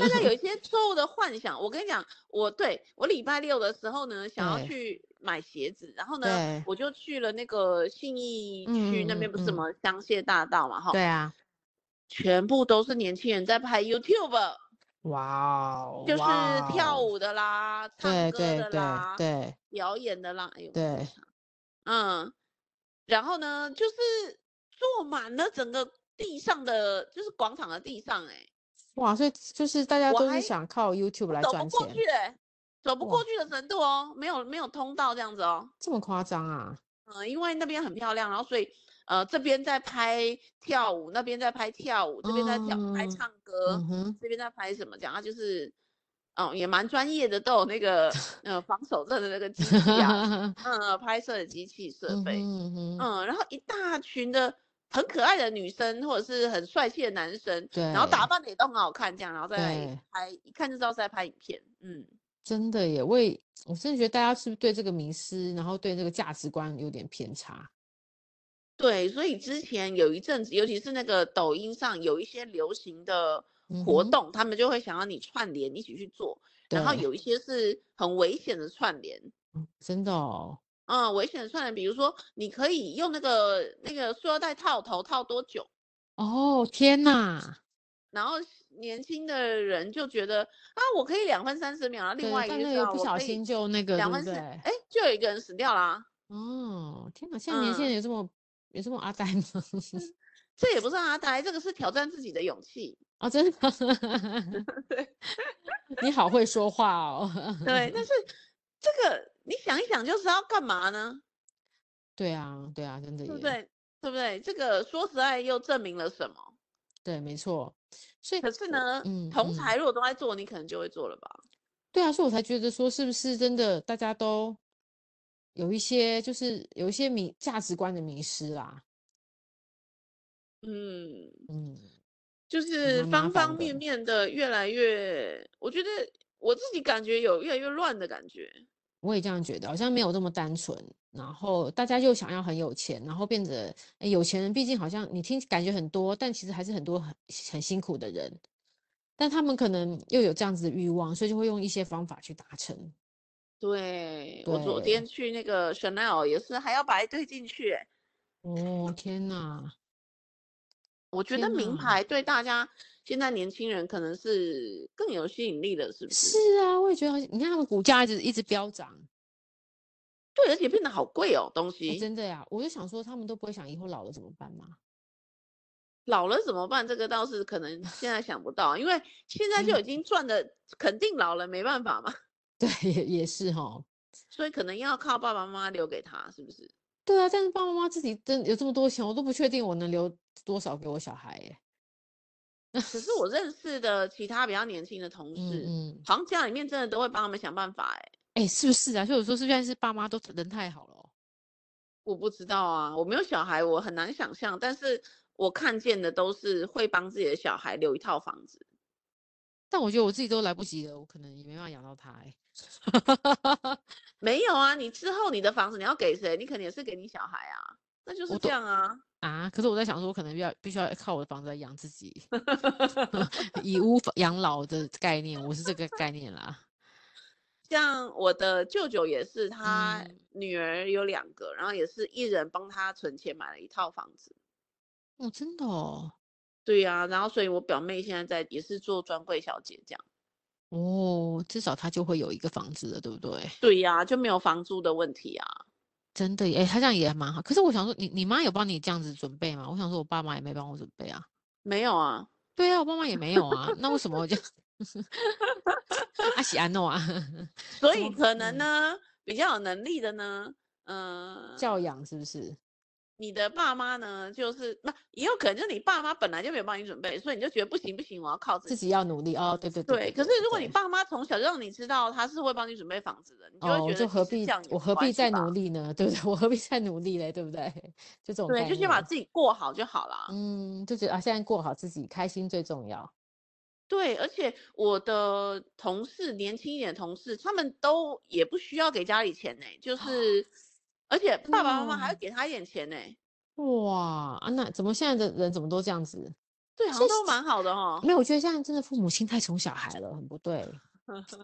Speaker 1: 大家有一些错误的幻想。我跟你讲，我对我礼拜六的时候呢，想要
Speaker 2: 对
Speaker 1: 去买鞋子，然后
Speaker 2: 对
Speaker 1: 呢，我就去了那个信义区那
Speaker 2: 嗯嗯
Speaker 1: 边，不是什
Speaker 2: 嗯
Speaker 1: 么香榭大道嘛，哈，
Speaker 2: 对啊，
Speaker 1: 全部都是年轻人在拍 YouTube，
Speaker 2: 哇哦，
Speaker 1: 就是
Speaker 2: 哇
Speaker 1: 跳
Speaker 2: 哦，
Speaker 1: 舞的啦，唱
Speaker 2: 对
Speaker 1: 歌
Speaker 2: 对
Speaker 1: 的
Speaker 2: 对
Speaker 1: 啦，
Speaker 2: 对
Speaker 1: 表演的啦，哎呦，
Speaker 2: 对，
Speaker 1: 嗯，然后呢，就是坐满了整个地上的，就是广场的地上、哎。
Speaker 2: 哇，所以就是大家
Speaker 1: 我
Speaker 2: 都是
Speaker 1: 还
Speaker 2: 想靠 YouTube 来
Speaker 1: 走不
Speaker 2: 赚
Speaker 1: 过
Speaker 2: 钱，
Speaker 1: 去、欸，走不过
Speaker 2: 哇
Speaker 1: 去的程度哦，没有没有通道这样子哦。
Speaker 2: 这么夸张啊？
Speaker 1: 嗯、因为那边很漂亮，然后所以呃这边在拍跳舞，那边在拍跳舞，这边在跳、拍
Speaker 2: 嗯
Speaker 1: 唱歌，
Speaker 2: 嗯哼。
Speaker 1: 这边在拍什么讲？它就是嗯，也蛮专业的，都有那个呃防守阵的那个机器 啊，嗯，拍摄的机器设备，
Speaker 2: 嗯哼嗯哼
Speaker 1: 嗯，然后一大群的很可爱的女生或者是很帅气的男生，
Speaker 2: 对，
Speaker 1: 然后打扮的也都很好看，这样，然后再
Speaker 2: 对
Speaker 1: 来拍，一看就知道是在拍影片，嗯，
Speaker 2: 真的耶，我也我真的觉得大家是不是对这个迷失，然后对这个价值观有点偏差？
Speaker 1: 对，所以之前有一阵子，尤其是那个抖音上有一些流行的活
Speaker 2: 嗯哼
Speaker 1: 动，他们就会想要你串联一起去做，然后
Speaker 2: 对
Speaker 1: 有一些是很危险的串联，
Speaker 2: 真的哦，
Speaker 1: 嗯，危险的串联，比如说你可以用那个那个塑料袋套头套多久，
Speaker 2: 哦天哪，
Speaker 1: 然后年轻的人就觉得啊，我可以两分三十秒，然 后另
Speaker 2: 对
Speaker 1: 外一
Speaker 2: 大
Speaker 1: 个就
Speaker 2: 家
Speaker 1: 是
Speaker 2: 又
Speaker 1: 啊
Speaker 2: 不
Speaker 1: 我
Speaker 2: 小
Speaker 1: 可以
Speaker 2: 心就那个，
Speaker 1: 两
Speaker 2: 对
Speaker 1: 分
Speaker 2: 不
Speaker 1: 四，
Speaker 2: 对？
Speaker 1: 哎，就有一个人死掉啦，
Speaker 2: 哦天哪，现在年轻
Speaker 1: 嗯
Speaker 2: 人有这么有这么阿呆吗？
Speaker 1: 这也不是阿呆，这个是挑战自己的勇气，
Speaker 2: 哦，真 的， 你好会说话哦。
Speaker 1: 对，但是这个你想一想就知道干嘛呢？
Speaker 2: 对啊，对啊，真的
Speaker 1: 对不
Speaker 2: 耶
Speaker 1: 对？对不对？这个说实在又证明了什么？
Speaker 2: 对，没错。所以
Speaker 1: 可是
Speaker 2: 我，
Speaker 1: 呢，
Speaker 2: 嗯，
Speaker 1: 同
Speaker 2: 嗯
Speaker 1: 才如果都在做，你可能就会做了吧？
Speaker 2: 对啊，所以我才觉得说，是不是真的大家都有一些就是有一些迷价值观的迷失啦？
Speaker 1: 嗯，
Speaker 2: 嗯，
Speaker 1: 就是
Speaker 2: 蛮麻烦
Speaker 1: 方方
Speaker 2: 的
Speaker 1: 面面的越来越，我觉得我自己感觉有越来越乱的感觉。
Speaker 2: 我也这样觉得，好像没有这么单纯。然后大家又想要很有钱，然后变得诶有钱人，毕竟好像你听感觉很多，但其实还是很多很很辛苦的人。但他们可能又有这样子的欲望，所以就会用一些方法去达成。
Speaker 1: 对，我昨
Speaker 2: 对
Speaker 1: 天去那个 Chanel 也是还要排队进去欸，
Speaker 2: 哦，天哪！
Speaker 1: 我觉得
Speaker 2: 天
Speaker 1: 名
Speaker 2: 哪
Speaker 1: 牌对大家现在年轻人可能是更有吸引力的，是不
Speaker 2: 是啊，我也觉得好像，你看他们股价一直一直飙涨，
Speaker 1: 对，而且变得好贵哦，东
Speaker 2: 哎
Speaker 1: 西。
Speaker 2: 真的呀，我就想说，他们都不会想以后老了怎么办吗？
Speaker 1: 老了怎么办？这个倒是可能现在想不到，啊因为现在就
Speaker 2: 嗯
Speaker 1: 已经赚的，肯定老了没办法嘛，
Speaker 2: 对，也也是哈。
Speaker 1: 所以可能要靠爸爸妈妈留给他，是不是？
Speaker 2: 对啊，但是爸爸妈妈自己真有这么多钱，我都不确定我能留多少给我小孩耶。
Speaker 1: 可是 我认识的其他比较年轻的同事，
Speaker 2: 嗯嗯，
Speaker 1: 好像家里面真的都会帮他们想办法、欸，哎，
Speaker 2: 哎，是不是啊？所以我说，是不是现在是爸妈都人太好了哦？
Speaker 1: 我不知道啊，我没有小孩，我很难想象，但是我看见的都是会帮自己的小孩留一套房子。
Speaker 2: 但我觉得我自己都来不及了，我可能也没办法养到他哎。
Speaker 1: 没有啊，你之后你的房子你要给谁？你肯定也是给你小孩啊，那就是
Speaker 2: 我
Speaker 1: 这
Speaker 2: 懂
Speaker 1: 样啊。
Speaker 2: 啊，可是我在想说，我可能要必须要靠我的房子来养自己，以屋防养老的概念，我是这个概念啦。
Speaker 1: 像我的舅舅也是，他
Speaker 2: 嗯
Speaker 1: 女儿有两个，然后也是一人帮他存钱买了一套房子。
Speaker 2: 哦，真的哦。
Speaker 1: 对呀、然后所以我表妹现在在也是做专柜小姐这样。
Speaker 2: 哦，至少他就会有一个房子了，对不对？
Speaker 1: 对呀、就没有房租的问题啊。
Speaker 2: 真的耶，诶，他这样也蛮好。可是我想说，你你妈有帮你这样子准备吗？我想说，我爸妈也没帮我准备啊。
Speaker 1: 没有啊，
Speaker 2: 对啊，我爸妈也没有啊。那为什么我 就阿喜安诺啊？
Speaker 1: 所
Speaker 2: 怎
Speaker 1: 以
Speaker 2: 么
Speaker 1: 可能
Speaker 2: 嗯
Speaker 1: 呢，比较有能力的呢，嗯、
Speaker 2: 教养是不是？
Speaker 1: 你的爸妈呢，就是那也有可能就是你爸妈本来就没有帮你准备，所以你就觉得不行不行，我要靠自
Speaker 2: 自
Speaker 1: 己。
Speaker 2: 己要努力哦。对对
Speaker 1: 对，可是如果你
Speaker 2: 对
Speaker 1: 爸妈从小就让你知道他是会帮你准备房子的，你就会
Speaker 2: 哦，
Speaker 1: 觉
Speaker 2: 就
Speaker 1: 得
Speaker 2: 何
Speaker 1: 其实
Speaker 2: 必
Speaker 1: 这样也
Speaker 2: 我
Speaker 1: 没
Speaker 2: 何
Speaker 1: 关
Speaker 2: 必
Speaker 1: 系
Speaker 2: 再
Speaker 1: 吧
Speaker 2: 努力呢？对不对？我何必再努力嘞？对不 对？就这种
Speaker 1: 对，
Speaker 2: 概
Speaker 1: 就先把
Speaker 2: 念。
Speaker 1: 自己过好就好啦。
Speaker 2: 嗯，就觉得啊，现在过好自己，开心最重要。
Speaker 1: 对，而且我的同事，年轻一点的同事，他们都也不需要给家里钱呢、
Speaker 2: 哦
Speaker 1: 就是，而且
Speaker 2: 真
Speaker 1: 爸
Speaker 2: 的
Speaker 1: 爸妈妈还
Speaker 2: 哦
Speaker 1: 会给他一点钱呢、
Speaker 2: 哇啊，那怎么现在的人怎么都这样子？
Speaker 1: 对，好
Speaker 2: 这
Speaker 1: 像都
Speaker 2: 是
Speaker 1: 蛮好的哦哈、
Speaker 2: 没有，我觉得现在真的父母亲太宠小孩了，很不对。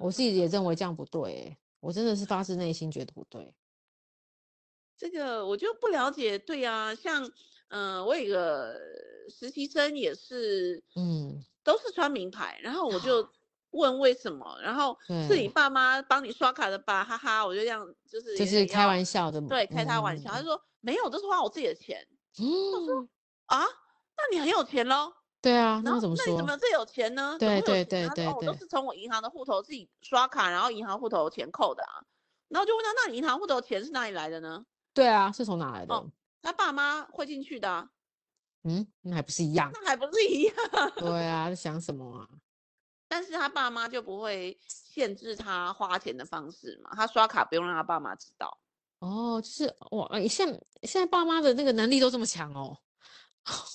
Speaker 2: 我自己也认为这样不对欸、我真的是发自内心觉得不对。
Speaker 1: 这个我就不了解，对呀、像，嗯、我有一个实习生也是，
Speaker 2: 嗯，
Speaker 1: 都是穿名牌，然后我就问为什么，然后是你
Speaker 2: 哦对，
Speaker 1: 爸妈帮你刷卡的吧，哈哈，我就这样，就是
Speaker 2: 就
Speaker 1: 有
Speaker 2: 是
Speaker 1: 点
Speaker 2: 开
Speaker 1: 要
Speaker 2: 玩笑的嘛。
Speaker 1: 对开他玩笑，他
Speaker 2: 嗯，
Speaker 1: 说没有，都是花我自己的钱。
Speaker 2: 嗯，
Speaker 1: 啊，那你很有钱喽？
Speaker 2: 对啊，
Speaker 1: 然
Speaker 2: 那
Speaker 1: 后
Speaker 2: 我怎么
Speaker 1: 那你怎
Speaker 2: 说？
Speaker 1: 么这有钱呢？怎么
Speaker 2: 对
Speaker 1: 会
Speaker 2: 对
Speaker 1: 有钱？
Speaker 2: 对
Speaker 1: 他
Speaker 2: 对
Speaker 1: 说哦，我都
Speaker 2: 对
Speaker 1: 是从我银行的户头自己刷卡，然后银行户头钱扣的啊。然后就问他，那你银行户头钱是哪里来的呢？
Speaker 2: 对啊，是从哪来的
Speaker 1: 哦？他爸妈汇进去的、啊，
Speaker 2: 嗯，那还不是一样？
Speaker 1: 那还不是一样？
Speaker 2: 对啊，在想什么啊？
Speaker 1: 但是他爸妈就不会限制他花钱的方式嘛，他刷卡不用让他爸妈知道。
Speaker 2: 哦，就是哇，哎像现在爸妈的那个能力都这么强哦，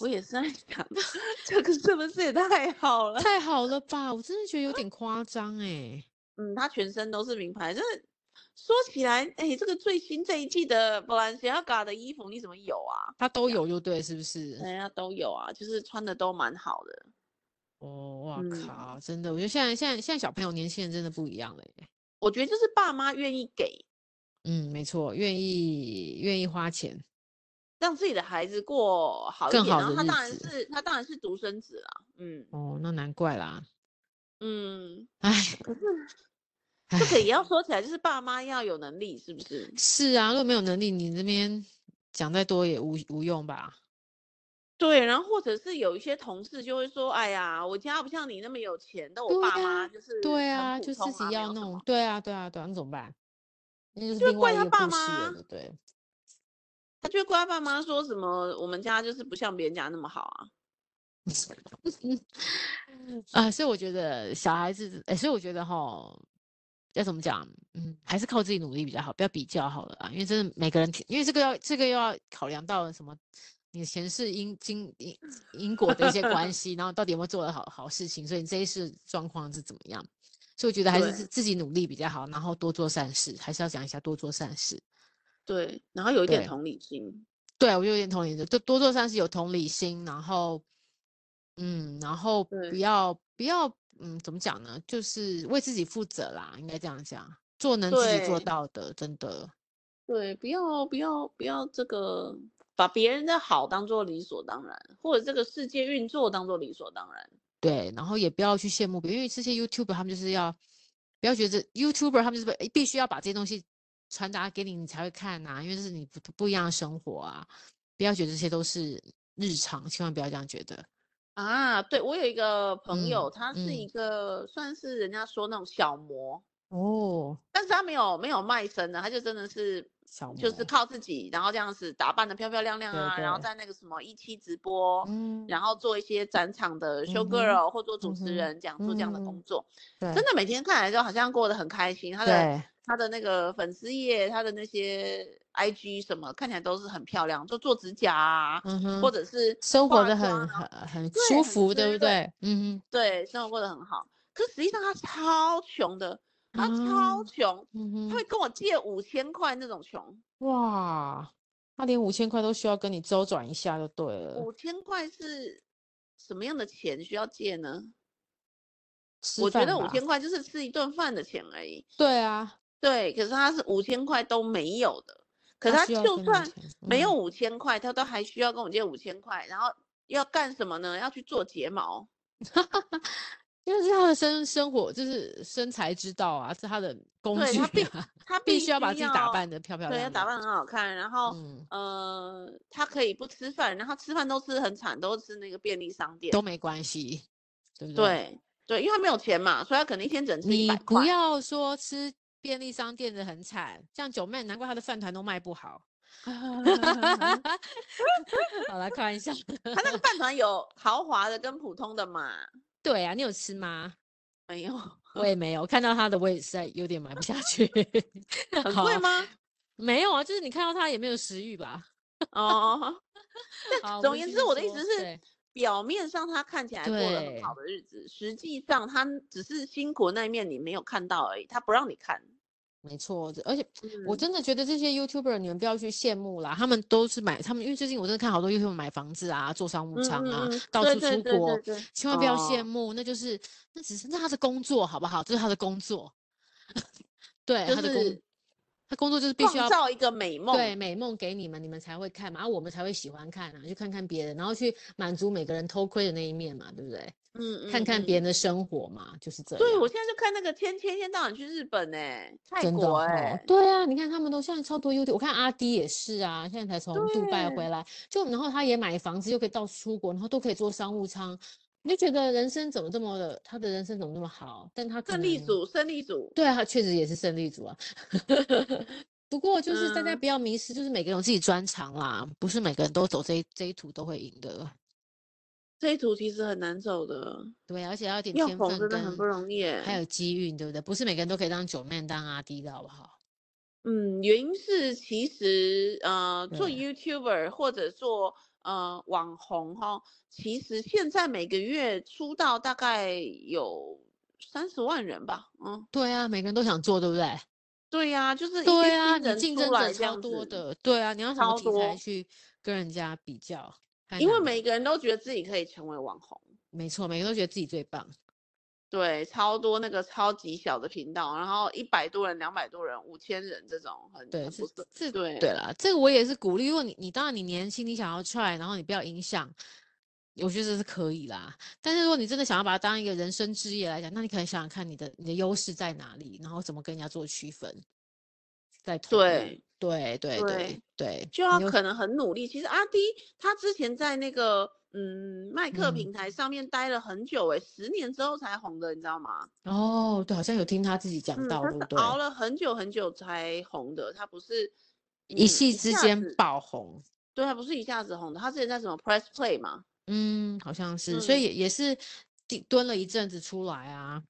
Speaker 1: 我也是在想， 这个是不是也太好了？
Speaker 2: 太好了吧？我真的觉得有点夸张哎。
Speaker 1: 嗯，他全身都是名牌，真的。说起来，哎、这个最新这一季的 Balenciaga 的衣服你怎么有啊？
Speaker 2: 他都有就对，是不是？
Speaker 1: 人家都有啊，就是穿的都蛮好的。
Speaker 2: 哦，哇
Speaker 1: 嗯
Speaker 2: 靠，真的，我觉得现在现在现在小朋友年轻人真的不一样了欸耶。
Speaker 1: 我觉得就是爸妈愿意给，
Speaker 2: 嗯，没错，愿意愿意花钱。
Speaker 1: 让自己的孩子过好一
Speaker 2: 更
Speaker 1: 点。
Speaker 2: 好
Speaker 1: 然
Speaker 2: 的
Speaker 1: 后他
Speaker 2: 日
Speaker 1: 当然
Speaker 2: 子
Speaker 1: 是他当然是独生子啦，嗯
Speaker 2: 哦，那难怪啦。
Speaker 1: 嗯，
Speaker 2: 哎，
Speaker 1: 可是
Speaker 2: 唉
Speaker 1: 这个也要说起来，就是爸妈要有能力，是不是？
Speaker 2: 是啊，如果没有能力，你那边讲再多也无无用吧？
Speaker 1: 对，然后或者是有一些同事就会说，哎呀，我家不像你那么有钱，但我
Speaker 2: 对
Speaker 1: 爸妈
Speaker 2: 啊
Speaker 1: 就是
Speaker 2: 对
Speaker 1: 很
Speaker 2: 啊，
Speaker 1: 普
Speaker 2: 就自
Speaker 1: 通
Speaker 2: 己
Speaker 1: 啊没有
Speaker 2: 要
Speaker 1: 什
Speaker 2: 弄
Speaker 1: 么。。
Speaker 2: 对啊，对啊，对啊，那怎么办？那就是
Speaker 1: 就
Speaker 2: 另外
Speaker 1: 怪
Speaker 2: 一
Speaker 1: 他
Speaker 2: 个
Speaker 1: 爸
Speaker 2: 故事了
Speaker 1: 妈
Speaker 2: 对不对。
Speaker 1: 他就会怪他爸妈说什么，我们家就是不像别人家那么好啊。
Speaker 2: 啊、所以我觉得小孩子，哎、所以我觉得哈，要怎么讲，嗯，还是靠自己努力比较好，不要比较好了啊，因为真的每个人，因为这个要这个又要考量到什么，你的前世因因因因果的一些关系，然后到底有没有做了好好事情，所以你这一世状况是怎么样？所以我觉得还是
Speaker 1: 对
Speaker 2: 自自己努力比较好，然后多做善事，还是要讲一下多做善事。
Speaker 1: 对，然后有一点
Speaker 2: 对
Speaker 1: 同理心。
Speaker 2: 对，我就有点同理心，多多做善事有同理心，然后，嗯，然后不
Speaker 1: 对
Speaker 2: 要不要，嗯，怎么讲呢？就是为自己负责啦，应该这样讲，做能自己做
Speaker 1: 对
Speaker 2: 到的，真的，
Speaker 1: 对，不要不要不要这个，把别人的好当做理所当然，或者这个世界运作当做理所当然。
Speaker 2: 对，然后也不要去羡慕别人，因为这些 YouTuber 他们就是要，不要觉得 YouTuber 他们就是被必须要把这些东西传达给你，你才会看呐、因为这是你不不一样的生活啊，不要觉得这些都是日常，千万不要这样觉得，
Speaker 1: 啊，对，我有一个朋友，
Speaker 2: 嗯
Speaker 1: 他是
Speaker 2: 嗯
Speaker 1: 一个算是人家说那种小模，
Speaker 2: 哦，
Speaker 1: 但是他没有没有卖身的，他就真的是
Speaker 2: 小
Speaker 1: 就是
Speaker 2: 魔
Speaker 1: 靠自己，然后这样子打扮的漂漂亮亮
Speaker 2: 对
Speaker 1: 啊，然后
Speaker 2: 对
Speaker 1: 在那个什么一期直播，
Speaker 2: 嗯，
Speaker 1: 然后做一些展场的 show
Speaker 2: 嗯哼
Speaker 1: girl 或做主
Speaker 2: 嗯
Speaker 1: 持
Speaker 2: 哼
Speaker 1: 人，讲述这样的工
Speaker 2: 嗯
Speaker 1: 作，
Speaker 2: 对
Speaker 1: 真的每天看来就好像过得很开心，他的
Speaker 2: 对。
Speaker 1: 他的那个粉丝页，他的那些 IG 什么看起来都是很漂亮，就做指甲啊，
Speaker 2: 嗯
Speaker 1: 或
Speaker 2: 哼，
Speaker 1: 者是
Speaker 2: 生活
Speaker 1: 化
Speaker 2: 的
Speaker 1: 妆
Speaker 2: 很
Speaker 1: 啊
Speaker 2: 很很
Speaker 1: 对
Speaker 2: 舒
Speaker 1: 很
Speaker 2: 服，对
Speaker 1: 滋
Speaker 2: 不对？嗯
Speaker 1: 对，生活过得很好。可实际上他超穷的，
Speaker 2: 哼，
Speaker 1: 他超
Speaker 2: 啊，
Speaker 1: 穷，
Speaker 2: 嗯
Speaker 1: 他会
Speaker 2: 哼，
Speaker 1: 跟我借五千块那种穷，
Speaker 2: 哇，他连五千块都需要跟你周转一下就对了，
Speaker 1: 五千块是什么样的钱需要借呢？
Speaker 2: 吃
Speaker 1: 我觉
Speaker 2: 饭
Speaker 1: 得五
Speaker 2: 吧？
Speaker 1: 千块就是吃一顿饭的钱而已。
Speaker 2: 对啊，
Speaker 1: 对，可是他是五千块都没有的，可是
Speaker 2: 他
Speaker 1: 他
Speaker 2: 需要
Speaker 1: 就
Speaker 2: 跟你
Speaker 1: 算
Speaker 2: 钱，
Speaker 1: 没有
Speaker 2: 嗯，
Speaker 1: 五千块，他都还需要跟我借五千块，然后要干什么呢？要去做睫毛。
Speaker 2: 因为这是他的生生活，就是身材之道啊，是他的工
Speaker 1: 对
Speaker 2: 具
Speaker 1: 他必
Speaker 2: 啊，
Speaker 1: 他
Speaker 2: 必
Speaker 1: 必
Speaker 2: 须要把自己打
Speaker 1: 要
Speaker 2: 扮的漂漂
Speaker 1: 对，要
Speaker 2: 亮
Speaker 1: 打
Speaker 2: 亮
Speaker 1: 扮
Speaker 2: 的，
Speaker 1: 很好看，然后
Speaker 2: 嗯，
Speaker 1: 呃，他可以不吃饭，然后吃饭都吃很惨，都吃那个便利商店
Speaker 2: 都。没关系，对不对？
Speaker 1: 对对，因为他没有钱嘛，所以他可能一天只能吃一
Speaker 2: 你
Speaker 1: 百
Speaker 2: 不
Speaker 1: 块。
Speaker 2: 要说吃便利商店的很惨，像九妹，难怪她的饭团都卖不好。好啦，开玩笑。
Speaker 1: 他那个饭团有豪华的跟普通的嘛？
Speaker 2: 对啊，你有吃吗？
Speaker 1: 没有，
Speaker 2: 我也没有，看到他的我也实在有点买不下 去。
Speaker 1: 很
Speaker 2: 好
Speaker 1: 贵
Speaker 2: 啊
Speaker 1: 吗？
Speaker 2: 没有啊，就是你看到他也没有食欲 吧？
Speaker 1: 哦，
Speaker 2: 好，
Speaker 1: 总而
Speaker 2: 们
Speaker 1: 言
Speaker 2: 继
Speaker 1: 之，
Speaker 2: 续
Speaker 1: 我的意
Speaker 2: 说
Speaker 1: 思是
Speaker 2: 对，
Speaker 1: 表面上他看起来过得很好
Speaker 2: 对
Speaker 1: 的日子，实际上他只是辛苦那一面你没有看到而已，他不让你看。
Speaker 2: 没错，而且我
Speaker 1: 嗯，
Speaker 2: 真的觉得这些 YouTuber 你们不要去羡慕啦，他们都是买，他们因为最近我真的看好多 YouTuber 买房子啊，做商务
Speaker 1: 嗯
Speaker 2: 舱啊，
Speaker 1: 嗯嗯，
Speaker 2: 到
Speaker 1: 对
Speaker 2: 处
Speaker 1: 对
Speaker 2: 出
Speaker 1: 对对
Speaker 2: 国，
Speaker 1: 对，
Speaker 2: 千万不要羡
Speaker 1: 哦，
Speaker 2: 慕，那就是那只是那他的工作好不好？这是他的工作， 对
Speaker 1: 就
Speaker 2: 他的工
Speaker 1: 是，
Speaker 2: 他工作就是必须
Speaker 1: 创
Speaker 2: 要
Speaker 1: 造一个美梦。
Speaker 2: 对，美梦给你们，你们才会看嘛，啊，我们才会喜欢看啊，去看看别人，然后去满足每个人偷窥的那一面嘛，对不对？
Speaker 1: 嗯
Speaker 2: 看
Speaker 1: 嗯
Speaker 2: 看
Speaker 1: 嗯
Speaker 2: 别人的生活嘛，就是这
Speaker 1: 对，
Speaker 2: 样，
Speaker 1: 我现在就看那个天天一天到晚去日本哎、泰
Speaker 2: 真的
Speaker 1: 国哎、
Speaker 2: 哦，对啊，你看他们都现在超多优点，我看阿迪也是啊，现在才从杜拜
Speaker 1: 对
Speaker 2: 回来，就然后他也买房子，又可以到处出国，然后都可以坐商务舱，你就觉得人生怎么这么的，他的人生怎么那么好？但他可
Speaker 1: 胜利
Speaker 2: 能
Speaker 1: 组，胜利组，
Speaker 2: 对啊，他确实也是胜利组啊。不过就是大家
Speaker 1: 嗯
Speaker 2: 不要迷失，就是每个人有自己专长啦，不是每个人都走这一这一途都会赢的。
Speaker 1: 这一途其实很难走的，
Speaker 2: 对，啊而且要有点
Speaker 1: 要
Speaker 2: 天
Speaker 1: 红
Speaker 2: 分
Speaker 1: 真的很
Speaker 2: 跟
Speaker 1: 不容易欸耶。
Speaker 2: 还有机遇，对不对？不是每个人都可以当九妹、当阿迪的好不好？
Speaker 1: 嗯，原因是其实呃，做
Speaker 2: 对
Speaker 1: YouTuber 或者做呃网红哈，其实现在每个月出道大概有三十万人吧，嗯，
Speaker 2: 对啊，每个人都想做，对不对？
Speaker 1: 对呀、就是一些
Speaker 2: 对
Speaker 1: 新
Speaker 2: 啊，你
Speaker 1: 人
Speaker 2: 竞
Speaker 1: 出
Speaker 2: 争者
Speaker 1: 来这
Speaker 2: 超
Speaker 1: 样
Speaker 2: 多
Speaker 1: 子，
Speaker 2: 的，对啊，你要什么
Speaker 1: 超
Speaker 2: 题材
Speaker 1: 多
Speaker 2: 去跟人家比较？太
Speaker 1: 因为
Speaker 2: 难了
Speaker 1: 每个人都觉得自己可以成为网红，
Speaker 2: 没错，每个人都觉得自己最棒，
Speaker 1: 对，超多那个超级小的频道，然后一百多人、两百多人、五千人这种很
Speaker 2: 对，
Speaker 1: 很
Speaker 2: 这
Speaker 1: 不错，
Speaker 2: 这
Speaker 1: 对
Speaker 2: 对啦，这个我也是鼓励。如果你你当然你年轻，你想要 try，然后你不要影响，我觉得这是可以啦。但是如果你真的想要把它当一个人生置业来讲，那你可能想想看你的你的优势在哪里，然后怎么跟人家做区分，在投入
Speaker 1: 对。
Speaker 2: 对对对
Speaker 1: 对
Speaker 2: 对，
Speaker 1: 就要
Speaker 2: 你有
Speaker 1: 可能很努力。其实阿迪他之前在那个嗯麦克
Speaker 2: 嗯
Speaker 1: 平台上面待了很久、欸，十年之后才红的，你知道吗？
Speaker 2: 哦，对，好像有听他自己讲
Speaker 1: 嗯，
Speaker 2: 到，
Speaker 1: 他
Speaker 2: 对
Speaker 1: 是
Speaker 2: 不对？
Speaker 1: 熬了很久很久才红的，他不是、
Speaker 2: 一
Speaker 1: 嗯
Speaker 2: 夕之
Speaker 1: 下
Speaker 2: 间
Speaker 1: 子
Speaker 2: 爆红，
Speaker 1: 对他不是一下子红的，他之前在什么 Press Play 嘛，
Speaker 2: 嗯，好像是，所以
Speaker 1: 嗯
Speaker 2: 也也是地蹲了一阵子出来啊。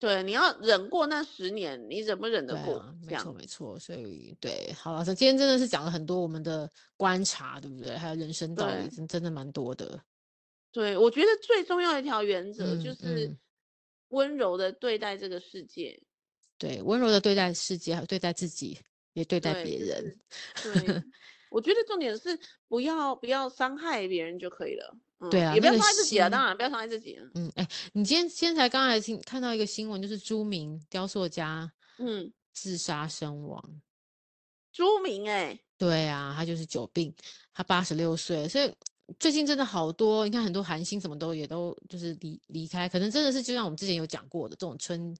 Speaker 1: 对，你要忍过那十年，你忍不忍得
Speaker 2: 对
Speaker 1: 过？
Speaker 2: 啊，
Speaker 1: 这
Speaker 2: 没错
Speaker 1: 样
Speaker 2: 没错，所以对，好了，今天真的是讲了很多我们的观察，对不对？还有人生道理，
Speaker 1: 对
Speaker 2: 真真的蛮多的。
Speaker 1: 对，我觉得最重要的一条原则就
Speaker 2: 嗯
Speaker 1: 是
Speaker 2: 嗯，
Speaker 1: 温柔的对待这个世界，
Speaker 2: 对，温柔的对待世界，还有对待自己，也对待
Speaker 1: 对，
Speaker 2: 别
Speaker 1: 就
Speaker 2: 人
Speaker 1: 是。 对，我觉得重点是不要不要伤害别人就可以了。嗯，
Speaker 2: 对啊
Speaker 1: 也不
Speaker 2: 那
Speaker 1: 要
Speaker 2: 个
Speaker 1: 伤害自己啊，当
Speaker 2: 心
Speaker 1: 然不要伤害自己啊。
Speaker 2: 嗯，哎，你今天今天才刚才听看到一个新闻，就是朱明雕塑家
Speaker 1: 嗯，
Speaker 2: 自杀身亡。
Speaker 1: 朱明哎、
Speaker 2: 对啊，他就是久病，他八十六岁，所以最近真的好多，你看很多韩星什么都也都就是离离开，可能真的是就像我们之前有讲过的，这种春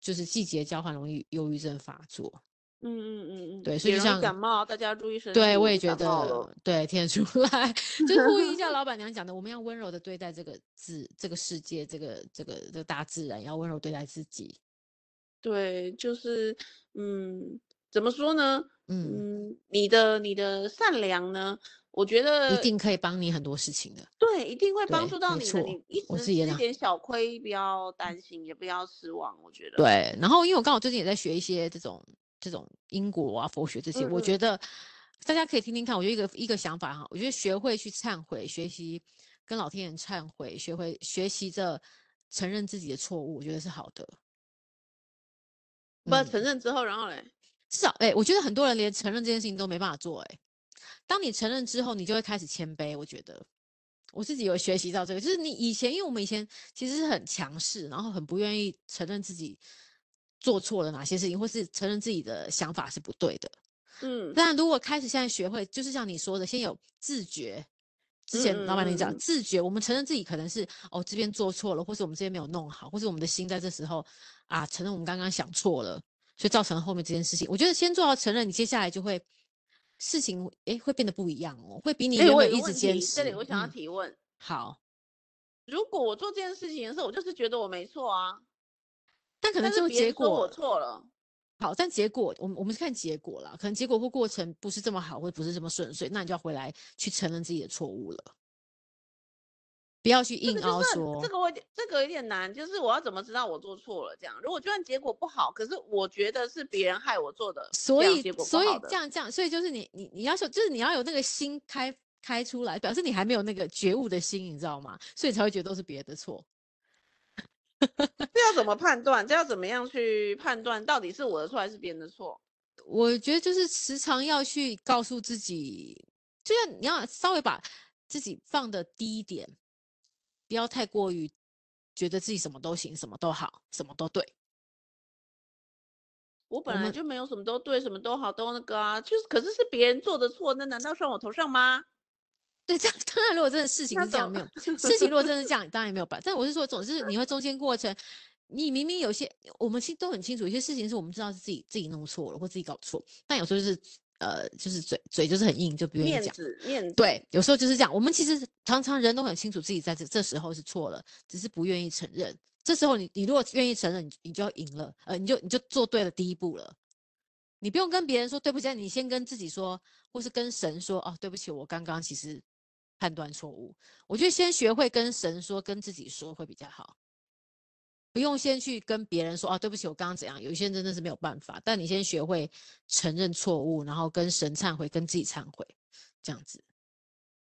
Speaker 2: 就是季节交换容易忧郁症发作。
Speaker 1: 嗯嗯嗯嗯，
Speaker 2: 对所以
Speaker 1: 也
Speaker 2: 就
Speaker 1: 容
Speaker 2: 像
Speaker 1: 易感冒，大家要注意身体。
Speaker 2: 对，我也觉
Speaker 1: 感冒了
Speaker 2: 得，对，听得出来， 就是呼应一下老板娘讲的，我们要温柔的对待这个自这个世界，这个这个这个大自然，要温柔对待自己。
Speaker 1: 对，就是嗯，怎么说呢？
Speaker 2: 嗯，
Speaker 1: 嗯，你的你的善良呢，我觉
Speaker 2: 一
Speaker 1: 得
Speaker 2: 定可以帮你很多事情的。
Speaker 1: 对，一定会帮
Speaker 2: 对
Speaker 1: 助到
Speaker 2: 没
Speaker 1: 你的。
Speaker 2: 错
Speaker 1: 你一
Speaker 2: 我
Speaker 1: 时
Speaker 2: 自己也
Speaker 1: 吃一
Speaker 2: 拿
Speaker 1: 点小亏，不要担心，也不要失望。我觉得，
Speaker 2: 对，然后因为我刚好最近也在学一些这种这种因果啊、佛学这些，
Speaker 1: 嗯
Speaker 2: 我觉
Speaker 1: 嗯
Speaker 2: 得大家可以听听看。我觉得一个一个想法哈，我觉得学会去忏悔，学习跟老天爷忏悔，学会学习着承认自己的错误，我觉得是好的。
Speaker 1: 不要承
Speaker 2: 嗯，
Speaker 1: 认之后，然后嘞，
Speaker 2: 至少哎、我觉得很多人连承认这件事情都没办法做哎、当你承认之后，你就会开始谦卑。我觉得我自己有学习到这个，就是你以前，因为我们以前其实是很强势，然后很不愿意承认自己做错了哪些事情，或是承认自己的想法是不对的。
Speaker 1: 嗯
Speaker 2: 但如果开始现在学会，就是像你说的，先有自觉。之前老板
Speaker 1: 嗯
Speaker 2: 你
Speaker 1: 嗯
Speaker 2: 讲
Speaker 1: 嗯
Speaker 2: 自觉，我们承认自己可能是哦这边做错了，或是我们这边没有弄好，或是我们的心在这时候啊承认我们刚刚想错了，所以造成了后面这件事情。我觉得先做到承认，你接下来就会事情诶会变得不一样哦，会比你
Speaker 1: 哎、
Speaker 2: 原
Speaker 1: 我
Speaker 2: 本
Speaker 1: 有个
Speaker 2: 一直
Speaker 1: 问
Speaker 2: 坚
Speaker 1: 题，
Speaker 2: 持。
Speaker 1: 这里我想要
Speaker 2: 嗯，
Speaker 1: 提问。
Speaker 2: 好，
Speaker 1: 如果我做这件事情的时候，我就是觉得我没错啊，
Speaker 2: 但可能最
Speaker 1: 但是
Speaker 2: 后
Speaker 1: 别
Speaker 2: 结
Speaker 1: 人说我
Speaker 2: 果
Speaker 1: 错了，
Speaker 2: 好，但结果我们我们是看结果啦，可能结果或过程不是这么好，或不是这么顺遂，那你就要回来去承认自己的错误了，不要去
Speaker 1: 这
Speaker 2: 硬
Speaker 1: 个就是
Speaker 2: 凹
Speaker 1: 很这
Speaker 2: 说。
Speaker 1: 个我有点这个有点难，就是我要怎么知道我做错了？这样，如果就算结果不好，可是我觉得是别人害我做的，
Speaker 2: 所
Speaker 1: 这样
Speaker 2: 以
Speaker 1: 啊结果不
Speaker 2: 所以
Speaker 1: 好
Speaker 2: 这
Speaker 1: 的，
Speaker 2: 样这样，所以就是你你你要说，就是你要有那个心开开出来，表示你还没有那个觉悟的心，你知道吗？所以才会觉得都是别人的错。
Speaker 1: 这要怎么判断？这要怎么样去判断到底是我的错还是别人的错？
Speaker 2: 我觉得就是时常要去告诉自己，就像你要稍微把自己放的低一点，不要太过于觉得自己什么都行，什么都好，什么都对。
Speaker 1: 我本
Speaker 2: 我
Speaker 1: 来
Speaker 2: 们
Speaker 1: 就没有什么都对，什么都好，都那个啊，就是可是是别人做的错，那难道算我头上吗？
Speaker 2: 对，这样 当然，如果真的事情
Speaker 1: 那
Speaker 2: 是这
Speaker 1: 怎
Speaker 2: 样，
Speaker 1: 么
Speaker 2: 没有 事情，如果真的是这样，当然没有办法。但我是说，总之你会中间过程，你明明有些我们其实都很清楚，有些事情是我们知道是自己自己弄错了或自己搞错，但有时候就是呃，就是嘴嘴就是很硬，就不愿意
Speaker 1: 面
Speaker 2: 讲。
Speaker 1: 子面子，
Speaker 2: 对，有时候就是这样。我们其实常常人都很清楚自己在这这时候是错了，只是不愿意承认。这时候你你如果愿意承认，你你就要赢了，呃，你就你就做对了第一步了。你不用跟别人说对不起，你先跟自己说，或是跟神说，哦，对不起，我刚刚其实判断错误。我觉得先学会跟神说，跟自己说会比较好，不用先去跟别人说啊，对不起，我刚刚怎样。有一些人真的是没有办法，但你先学会承认错误，然后跟神忏悔，跟自己忏悔，这样子。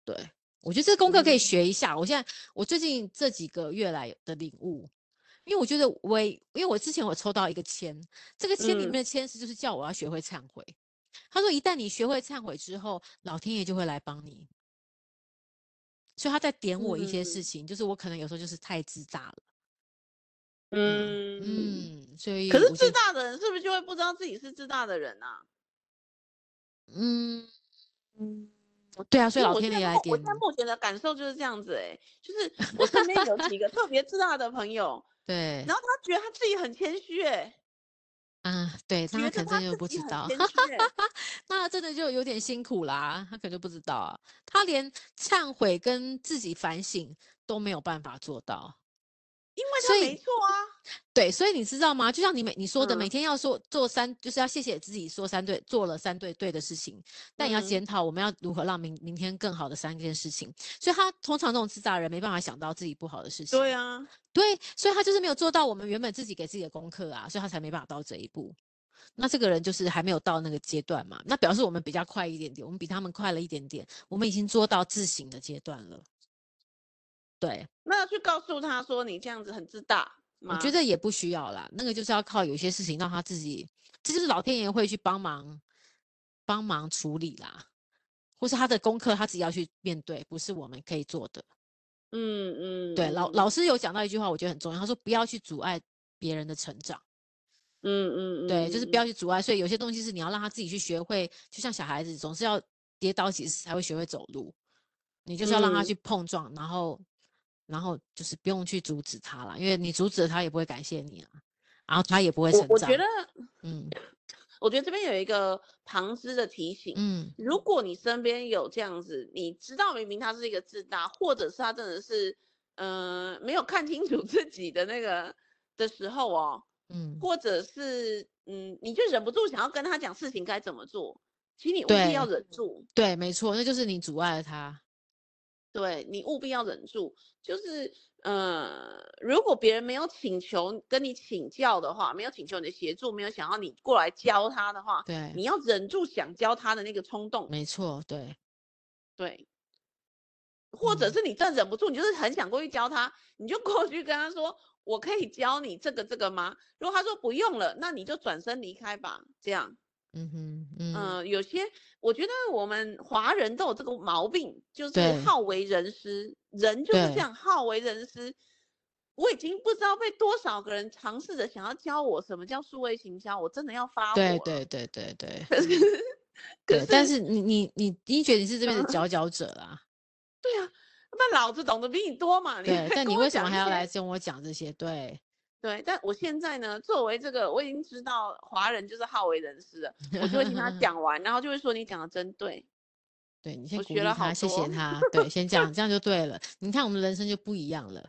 Speaker 2: 对，我觉得这功课可以
Speaker 1: 嗯
Speaker 2: 学一下。我现在我最近这几个月来的领悟，因为我觉得我也，因为我之前我抽到一个签，这个签里
Speaker 1: 嗯
Speaker 2: 面的签是就是叫我要学会忏悔。他说，一旦你学会忏悔之后，老天爷就会来帮你。所以他在点我一些事
Speaker 1: 嗯
Speaker 2: 情，就是我可能有时候就是太自大了。嗯
Speaker 1: 嗯，
Speaker 2: 嗯，所以
Speaker 1: 可是
Speaker 2: 我
Speaker 1: 自
Speaker 2: 就
Speaker 1: 大的人是不是就会不知道自己是自大的人啊？
Speaker 2: 嗯嗯，对啊，所
Speaker 1: 因
Speaker 2: 以
Speaker 1: 为
Speaker 2: 老
Speaker 1: 我现
Speaker 2: 天
Speaker 1: 在
Speaker 2: 爷来
Speaker 1: 目我
Speaker 2: 点
Speaker 1: 现
Speaker 2: 你，
Speaker 1: 在目前的感受就是这样子、欸， 就是我身边有几个特别自大的朋友，
Speaker 2: 对
Speaker 1: 然后他觉得他自己很谦虚、欸，哎，
Speaker 2: 啊，对，那他
Speaker 1: 觉
Speaker 2: 可
Speaker 1: 得
Speaker 2: 能真
Speaker 1: 他
Speaker 2: 的就
Speaker 1: 自
Speaker 2: 不
Speaker 1: 己
Speaker 2: 知
Speaker 1: 很
Speaker 2: 道，
Speaker 1: 谦虚、 欸，
Speaker 2: 那真的就有点辛苦啦，他可能就不知道啊，他连忏悔跟自己反省都没有办法做到，
Speaker 1: 因为
Speaker 2: 所
Speaker 1: 他没
Speaker 2: 以
Speaker 1: 错啊，
Speaker 2: 对，所以你知道吗？就像你每你说的，每
Speaker 1: 嗯
Speaker 2: 天要说做三，就是要谢谢自己说三对，做了三对对的事情，但也要
Speaker 1: 嗯
Speaker 2: 检讨我们要如何让明明天更好的三件事情。所以他通常这种自大的人没办法想到自己不好的事
Speaker 1: 对
Speaker 2: 情，
Speaker 1: 啊，
Speaker 2: 对，所以他就是没有做到我们原本自己给自己的功课啊，所以他才没办法到这一步。那这个人就是还没有到那个阶段嘛，那表示我们比较快一点点，我们比他们快了一点点，我们已经做到自省的阶段了。对，
Speaker 1: 那要去告诉他说你这样子很自大
Speaker 2: 我觉
Speaker 1: 吗？
Speaker 2: 得也不需要啦，那个就是要靠有些事情让他自己，这就是老天爷会去帮忙帮忙处理啦，或是他的功课他自己要去面对，不是我们可以做的。
Speaker 1: 嗯嗯
Speaker 2: 对，老老
Speaker 1: 嗯
Speaker 2: 师有讲到一句话，我觉得很重要，他说不要去阻碍别人的成长，
Speaker 1: 嗯嗯
Speaker 2: 对，就是
Speaker 1: 嗯
Speaker 2: 不要
Speaker 1: 嗯
Speaker 2: 去阻碍。所以有些东西是你要让他自己去学会，就像小孩子总是要跌倒几次才会学会走路，你就是要让他
Speaker 1: 嗯
Speaker 2: 去碰撞，然后然后就是不用去阻止他啦，因为你阻止了他也不会感谢你啊，然后他也不会
Speaker 1: 我
Speaker 2: 成
Speaker 1: 我觉
Speaker 2: 长。
Speaker 1: 得
Speaker 2: 嗯
Speaker 1: 我觉得这边有一个旁支的提醒，
Speaker 2: 嗯
Speaker 1: 如果你身边有这样子，你知道明明他是一个自大，或者是他真的是，呃，没有看清楚自己的那个的时候哦，
Speaker 2: 嗯，
Speaker 1: 或者是嗯，你就忍不住想要跟他讲事情该怎么做，请你务必要
Speaker 2: 对
Speaker 1: 忍住，
Speaker 2: 对，没错，那就是你阻碍了他。
Speaker 1: 对你务必要忍住，就是呃，如果别人没有请求跟你请教的话，没有请求你的协助，没有想要你过来教他的话，
Speaker 2: 对，
Speaker 1: 你要忍住想教他的那个冲动，
Speaker 2: 没错，对，
Speaker 1: 对，或者
Speaker 2: 嗯
Speaker 1: 是你真的忍不住，你就是很想过去教他，你就过去跟他说：“我可以教你这个这个吗？”如果他说不用了，那你就转身离开吧。这样，
Speaker 2: 嗯哼嗯，
Speaker 1: 嗯、有些我觉得我们华人都有这个毛病，就是
Speaker 2: 对
Speaker 1: 好为人师，人就是这
Speaker 2: 对，
Speaker 1: 样好为人师。我已经不知道被多少个人尝试着想要教我什么叫数位行销，我真的要发
Speaker 2: 对
Speaker 1: 火了。
Speaker 2: 对对对对嗯
Speaker 1: 可是，可
Speaker 2: 对，但
Speaker 1: 是，
Speaker 2: 是你你你你觉得你是这边的
Speaker 1: 嗯，
Speaker 2: 佼佼者啦，
Speaker 1: 对啊，那老子懂得比你多嘛，你
Speaker 2: 对，
Speaker 1: 还
Speaker 2: 但
Speaker 1: 嗯跟
Speaker 2: 你
Speaker 1: 我
Speaker 2: 为什么
Speaker 1: 讲一
Speaker 2: 还要
Speaker 1: 些
Speaker 2: 来跟我讲这些？对，
Speaker 1: 对，但我现在呢，作为这个，我已经知道华人就是好为人师了，我就 会听他讲完，然后就会说你讲的真对，
Speaker 2: 对你先
Speaker 1: 我
Speaker 2: 鼓
Speaker 1: 学
Speaker 2: 励
Speaker 1: 了
Speaker 2: 他，
Speaker 1: 好
Speaker 2: 谢谢
Speaker 1: 多。
Speaker 2: 他，对，先这样，这样就对了。你看我们的人生就不一样了，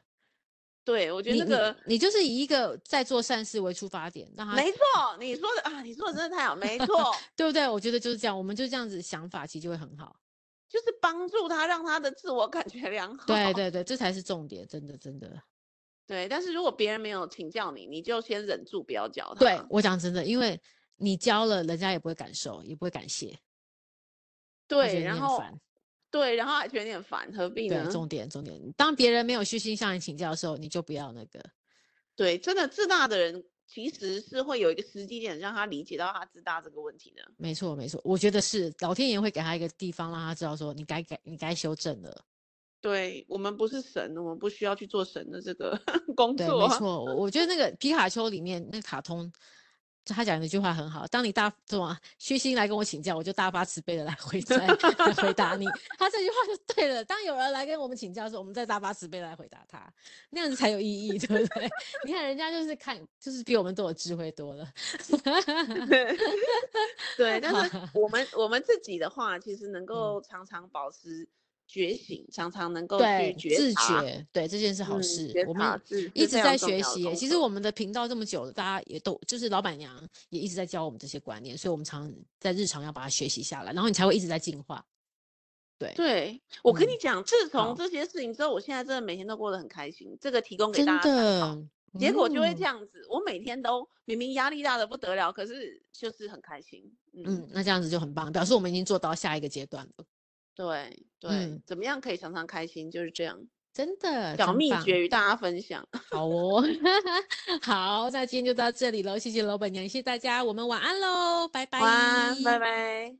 Speaker 1: 对，我觉得
Speaker 2: 你
Speaker 1: 那
Speaker 2: 你
Speaker 1: 个
Speaker 2: 你就是以一个在做善事为出发点，让他
Speaker 1: 没错，你说的啊，你说的真的太好，没错，
Speaker 2: 对不对？我觉得就是这样，我们就这样子想法，其实就会很好。
Speaker 1: 就是帮助他，让他的自我感觉良
Speaker 2: 对
Speaker 1: 好。
Speaker 2: 对对，这才是重点，真的真的。
Speaker 1: 对，但是如果别人没有请教你，你就先忍住，不要教
Speaker 2: 对
Speaker 1: 他。
Speaker 2: 我讲真的，因为你教了，人家也不会感受，也不会感谢，会觉
Speaker 1: 对，
Speaker 2: 得
Speaker 1: 然
Speaker 2: 你很
Speaker 1: 后
Speaker 2: 烦。
Speaker 1: 对，然后还觉得你很烦，何必
Speaker 2: 对，
Speaker 1: 呢？
Speaker 2: 重点重点，当别人没有虚心向你请教的时候，你就不要那个。
Speaker 1: 对，真的自大的人其实是会有一个时机点让他理解到他自大这个问题的。
Speaker 2: 没错没错，我觉得是老天爷会给他一个地方，让他知道说你该改，你该修正了。
Speaker 1: 对，我们不是神，我们不需要去做神的这个 工
Speaker 2: 对，
Speaker 1: 作
Speaker 2: 没
Speaker 1: 啊。
Speaker 2: 错，我我觉得那个皮卡丘里面那个卡通，他讲的一句话很好：当你大什么虚心来跟我请教，我就大发慈悲的来 回来来回答你。他这句话就对了。当有人来跟我们请教的时候，我们再大发慈悲地来回答他，那样子才有意义，对不对？ 你看人家就是看，就是比我们都有智慧多了。
Speaker 1: 对，但 是
Speaker 2: 好
Speaker 1: 我们我们自己的话，其实能
Speaker 2: 嗯，
Speaker 1: 够常常保持觉醒，常常能够去
Speaker 2: 对，
Speaker 1: 觉
Speaker 2: 自
Speaker 1: 察，
Speaker 2: 觉，对这件事好
Speaker 1: 嗯，
Speaker 2: 事，
Speaker 1: 觉
Speaker 2: 我
Speaker 1: 察
Speaker 2: 们
Speaker 1: 是
Speaker 2: 一
Speaker 1: 是
Speaker 2: 直
Speaker 1: 非常
Speaker 2: 在
Speaker 1: 重
Speaker 2: 学
Speaker 1: 要的
Speaker 2: 习耶。
Speaker 1: 功
Speaker 2: 其实
Speaker 1: 课。
Speaker 2: 我们的频道这么久了，大家也都就是老板娘也一直在教我们这些观念，所以我们常在日常要把它学习下来，然后你才会一直在进化。对，
Speaker 1: 对，我跟
Speaker 2: 嗯
Speaker 1: 你讲，自
Speaker 2: 好
Speaker 1: 从这些事情之后，我现在真的每天都过得很开心。这个提供给
Speaker 2: 真
Speaker 1: 大家参
Speaker 2: 的，
Speaker 1: 考，
Speaker 2: 嗯
Speaker 1: 结果就会这
Speaker 2: 样。
Speaker 1: 样子。我每天都明明压力大的不得了，可是就是很开心。
Speaker 2: 嗯
Speaker 1: 嗯，，
Speaker 2: 那这样子就很棒，表示我们已经做到下一个阶段了。
Speaker 1: 对对、
Speaker 2: 嗯
Speaker 1: 怎么样可以常常开心，就是这样。
Speaker 2: 真的，
Speaker 1: 小
Speaker 2: 真
Speaker 1: 秘
Speaker 2: 棒
Speaker 1: 诀与大家分享，
Speaker 2: 好哦， 好，那今天就到这里喽，谢谢老板娘，谢谢大家，我们晚安喽，拜拜，
Speaker 1: 晚安，拜拜。